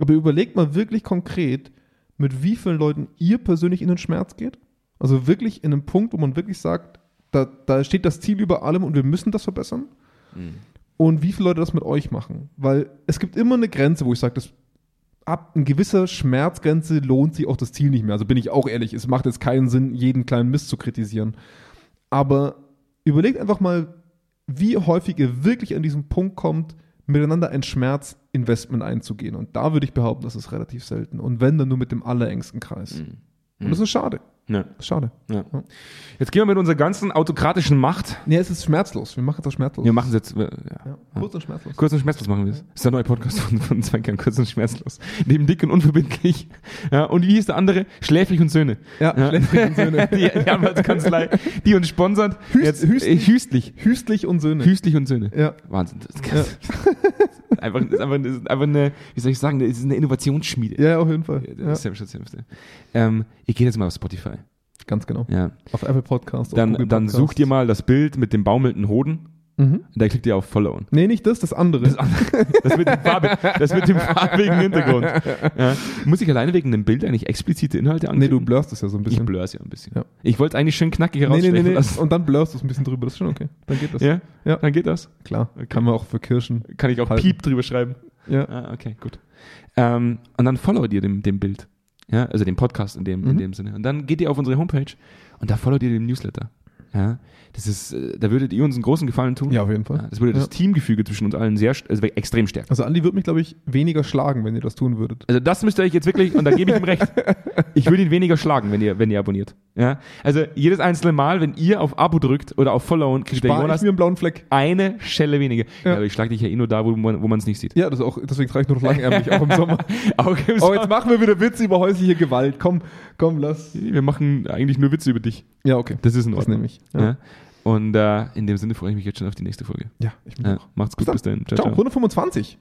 Speaker 2: aber überlegt mal wirklich konkret, mit wie vielen Leuten ihr persönlich in den Schmerz geht. Also wirklich in einem Punkt, wo man wirklich sagt, da, da steht das Ziel über allem und wir müssen das verbessern und wie viele Leute das mit euch machen. Weil es gibt immer eine Grenze, wo ich sage, das ab einer gewisser Schmerzgrenze lohnt sich auch das Ziel nicht mehr. Also bin ich auch ehrlich, es macht jetzt keinen Sinn, jeden kleinen Mist zu kritisieren. Aber überlegt einfach mal, wie häufig ihr wirklich an diesen Punkt kommt, miteinander ein Schmerzinvestment einzugehen. Und da würde ich behaupten, das ist relativ selten. Und wenn, dann nur mit dem allerengsten Kreis. Und das ist schade.
Speaker 1: Ja,
Speaker 2: Das ist schade.
Speaker 1: ja. Jetzt gehen wir mit unserer ganzen autokratischen Macht.
Speaker 2: Nee, es ist schmerzlos. Wir machen das schmerzlos.
Speaker 1: Wir machen es jetzt. äh, Ja.
Speaker 2: ja, kurz und schmerzlos.
Speaker 1: Kurz und schmerzlos machen wir es. Das ist der neue Podcast von, von zwei Kern, kurz und schmerzlos. Neben dick und unverbindlich. Ja, und wie hieß der andere? Schläfrig und Söhne.
Speaker 2: Ja, Schläfrig und Söhne.
Speaker 1: die, die Anwaltskanzlei, die uns sponsert.
Speaker 2: Hüst-
Speaker 1: Jetzt,
Speaker 2: Hüstlich.
Speaker 1: äh, Hüstlich.
Speaker 2: Hüstlich und Söhne.
Speaker 1: Hüstlich und Söhne.
Speaker 2: ja.
Speaker 1: Wahnsinn. Das ist, einfach, das ist einfach, das ist einfach eine, wie soll ich sagen, das ist eine Innovationsschmiede.
Speaker 2: Ja, auf jeden Fall.
Speaker 1: Das ist ja schon sehr lustig. Ähm, ihr geht jetzt mal auf Spotify.
Speaker 2: Ganz genau.
Speaker 1: Ja.
Speaker 2: Auf Apple Podcast. auf
Speaker 1: Dann,
Speaker 2: Google
Speaker 1: dann
Speaker 2: Podcasts.
Speaker 1: sucht ihr mal das Bild mit dem baumelnden Hoden
Speaker 2: Mhm.
Speaker 1: Da klickt ihr auf Followen.
Speaker 2: Nee, nicht das, das andere.
Speaker 1: Das, andere- das, mit, dem farbigen, das mit dem farbigen Hintergrund. Ja. Muss ich alleine wegen dem Bild eigentlich explizite Inhalte
Speaker 2: nee,
Speaker 1: anklicken?
Speaker 2: du blurst es ja so ein
Speaker 1: ich
Speaker 2: bisschen.
Speaker 1: blur's ja ein bisschen.
Speaker 2: Ja.
Speaker 1: Ich wollte es eigentlich schön knackig
Speaker 2: nee, nee,
Speaker 1: herausstechen
Speaker 2: nee, nee.
Speaker 1: lassen.
Speaker 2: Und dann blurst du es ein bisschen drüber. Das ist schon okay. Dann geht das.
Speaker 1: Ja?
Speaker 2: Ja.
Speaker 1: dann geht das.
Speaker 2: Klar.
Speaker 1: Okay.
Speaker 2: Kann man auch für Kirschen.
Speaker 1: Kann ich auch
Speaker 2: Halten.
Speaker 1: Piep drüber schreiben.
Speaker 2: Ja.
Speaker 1: Ah, okay, gut. Ähm, und dann followt ihr dem, dem Bild. Ja, also dem Podcast in dem, in
Speaker 2: Mhm.
Speaker 1: dem Sinne. Und dann geht ihr auf unsere Homepage und da followt ihr dem Newsletter. Ja, das ist, äh, da würdet ihr uns einen großen Gefallen tun.
Speaker 2: Ja, auf jeden Fall.
Speaker 1: Ja, Das würde das
Speaker 2: Ja.
Speaker 1: Teamgefüge zwischen uns allen sehr, st- also extrem stärken.
Speaker 2: Also Andi wird mich, glaube ich, weniger schlagen, wenn ihr das tun würdet.
Speaker 1: Also das müsst ihr euch jetzt wirklich, und da gebe ich ihm recht, ich würde ihn weniger schlagen, wenn ihr, wenn ihr abonniert. Ja? Also jedes einzelne Mal, wenn ihr auf Abo drückt oder auf Followen, kriegt der
Speaker 2: War ich
Speaker 1: Jonas
Speaker 2: mir einen blauen Fleck.
Speaker 1: eine Schelle weniger. Ja.
Speaker 2: Ja.
Speaker 1: aber ich schlage dich ja eh nur da, wo man wo man es nicht sieht.
Speaker 2: Ja, das auch, deswegen trage ich nur noch langärmlich, auch im Sommer.
Speaker 1: Auch im
Speaker 2: Oh, jetzt machen wir wieder Witze über häusliche Gewalt. Komm, komm, lass.
Speaker 1: Wir machen eigentlich nur Witze über dich.
Speaker 2: Ja, okay.
Speaker 1: Das ist in
Speaker 2: Das
Speaker 1: Ordnung.
Speaker 2: nehme ich.
Speaker 1: Ja. Und äh, in dem Sinne freue ich mich jetzt schon auf die nächste Folge.
Speaker 2: Ja, ich bin
Speaker 1: Ja,
Speaker 2: auch.
Speaker 1: macht's gut,
Speaker 2: Bis
Speaker 1: bis dahin. Ciao,
Speaker 2: Ciao,
Speaker 1: ciao.
Speaker 2: 125.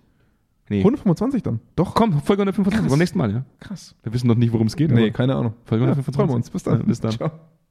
Speaker 1: Nee.
Speaker 2: 125 dann.
Speaker 1: Doch, komm, Folge 125, beim nächsten Mal, ja.
Speaker 2: Krass.
Speaker 1: Wir wissen noch nicht, worum es geht.
Speaker 2: Nee,
Speaker 1: aber
Speaker 2: keine Ahnung.
Speaker 1: Folge
Speaker 2: Ja,
Speaker 1: 125.
Speaker 2: freuen wir uns. Bis dann.
Speaker 1: Ja, bis dann.
Speaker 2: Ciao.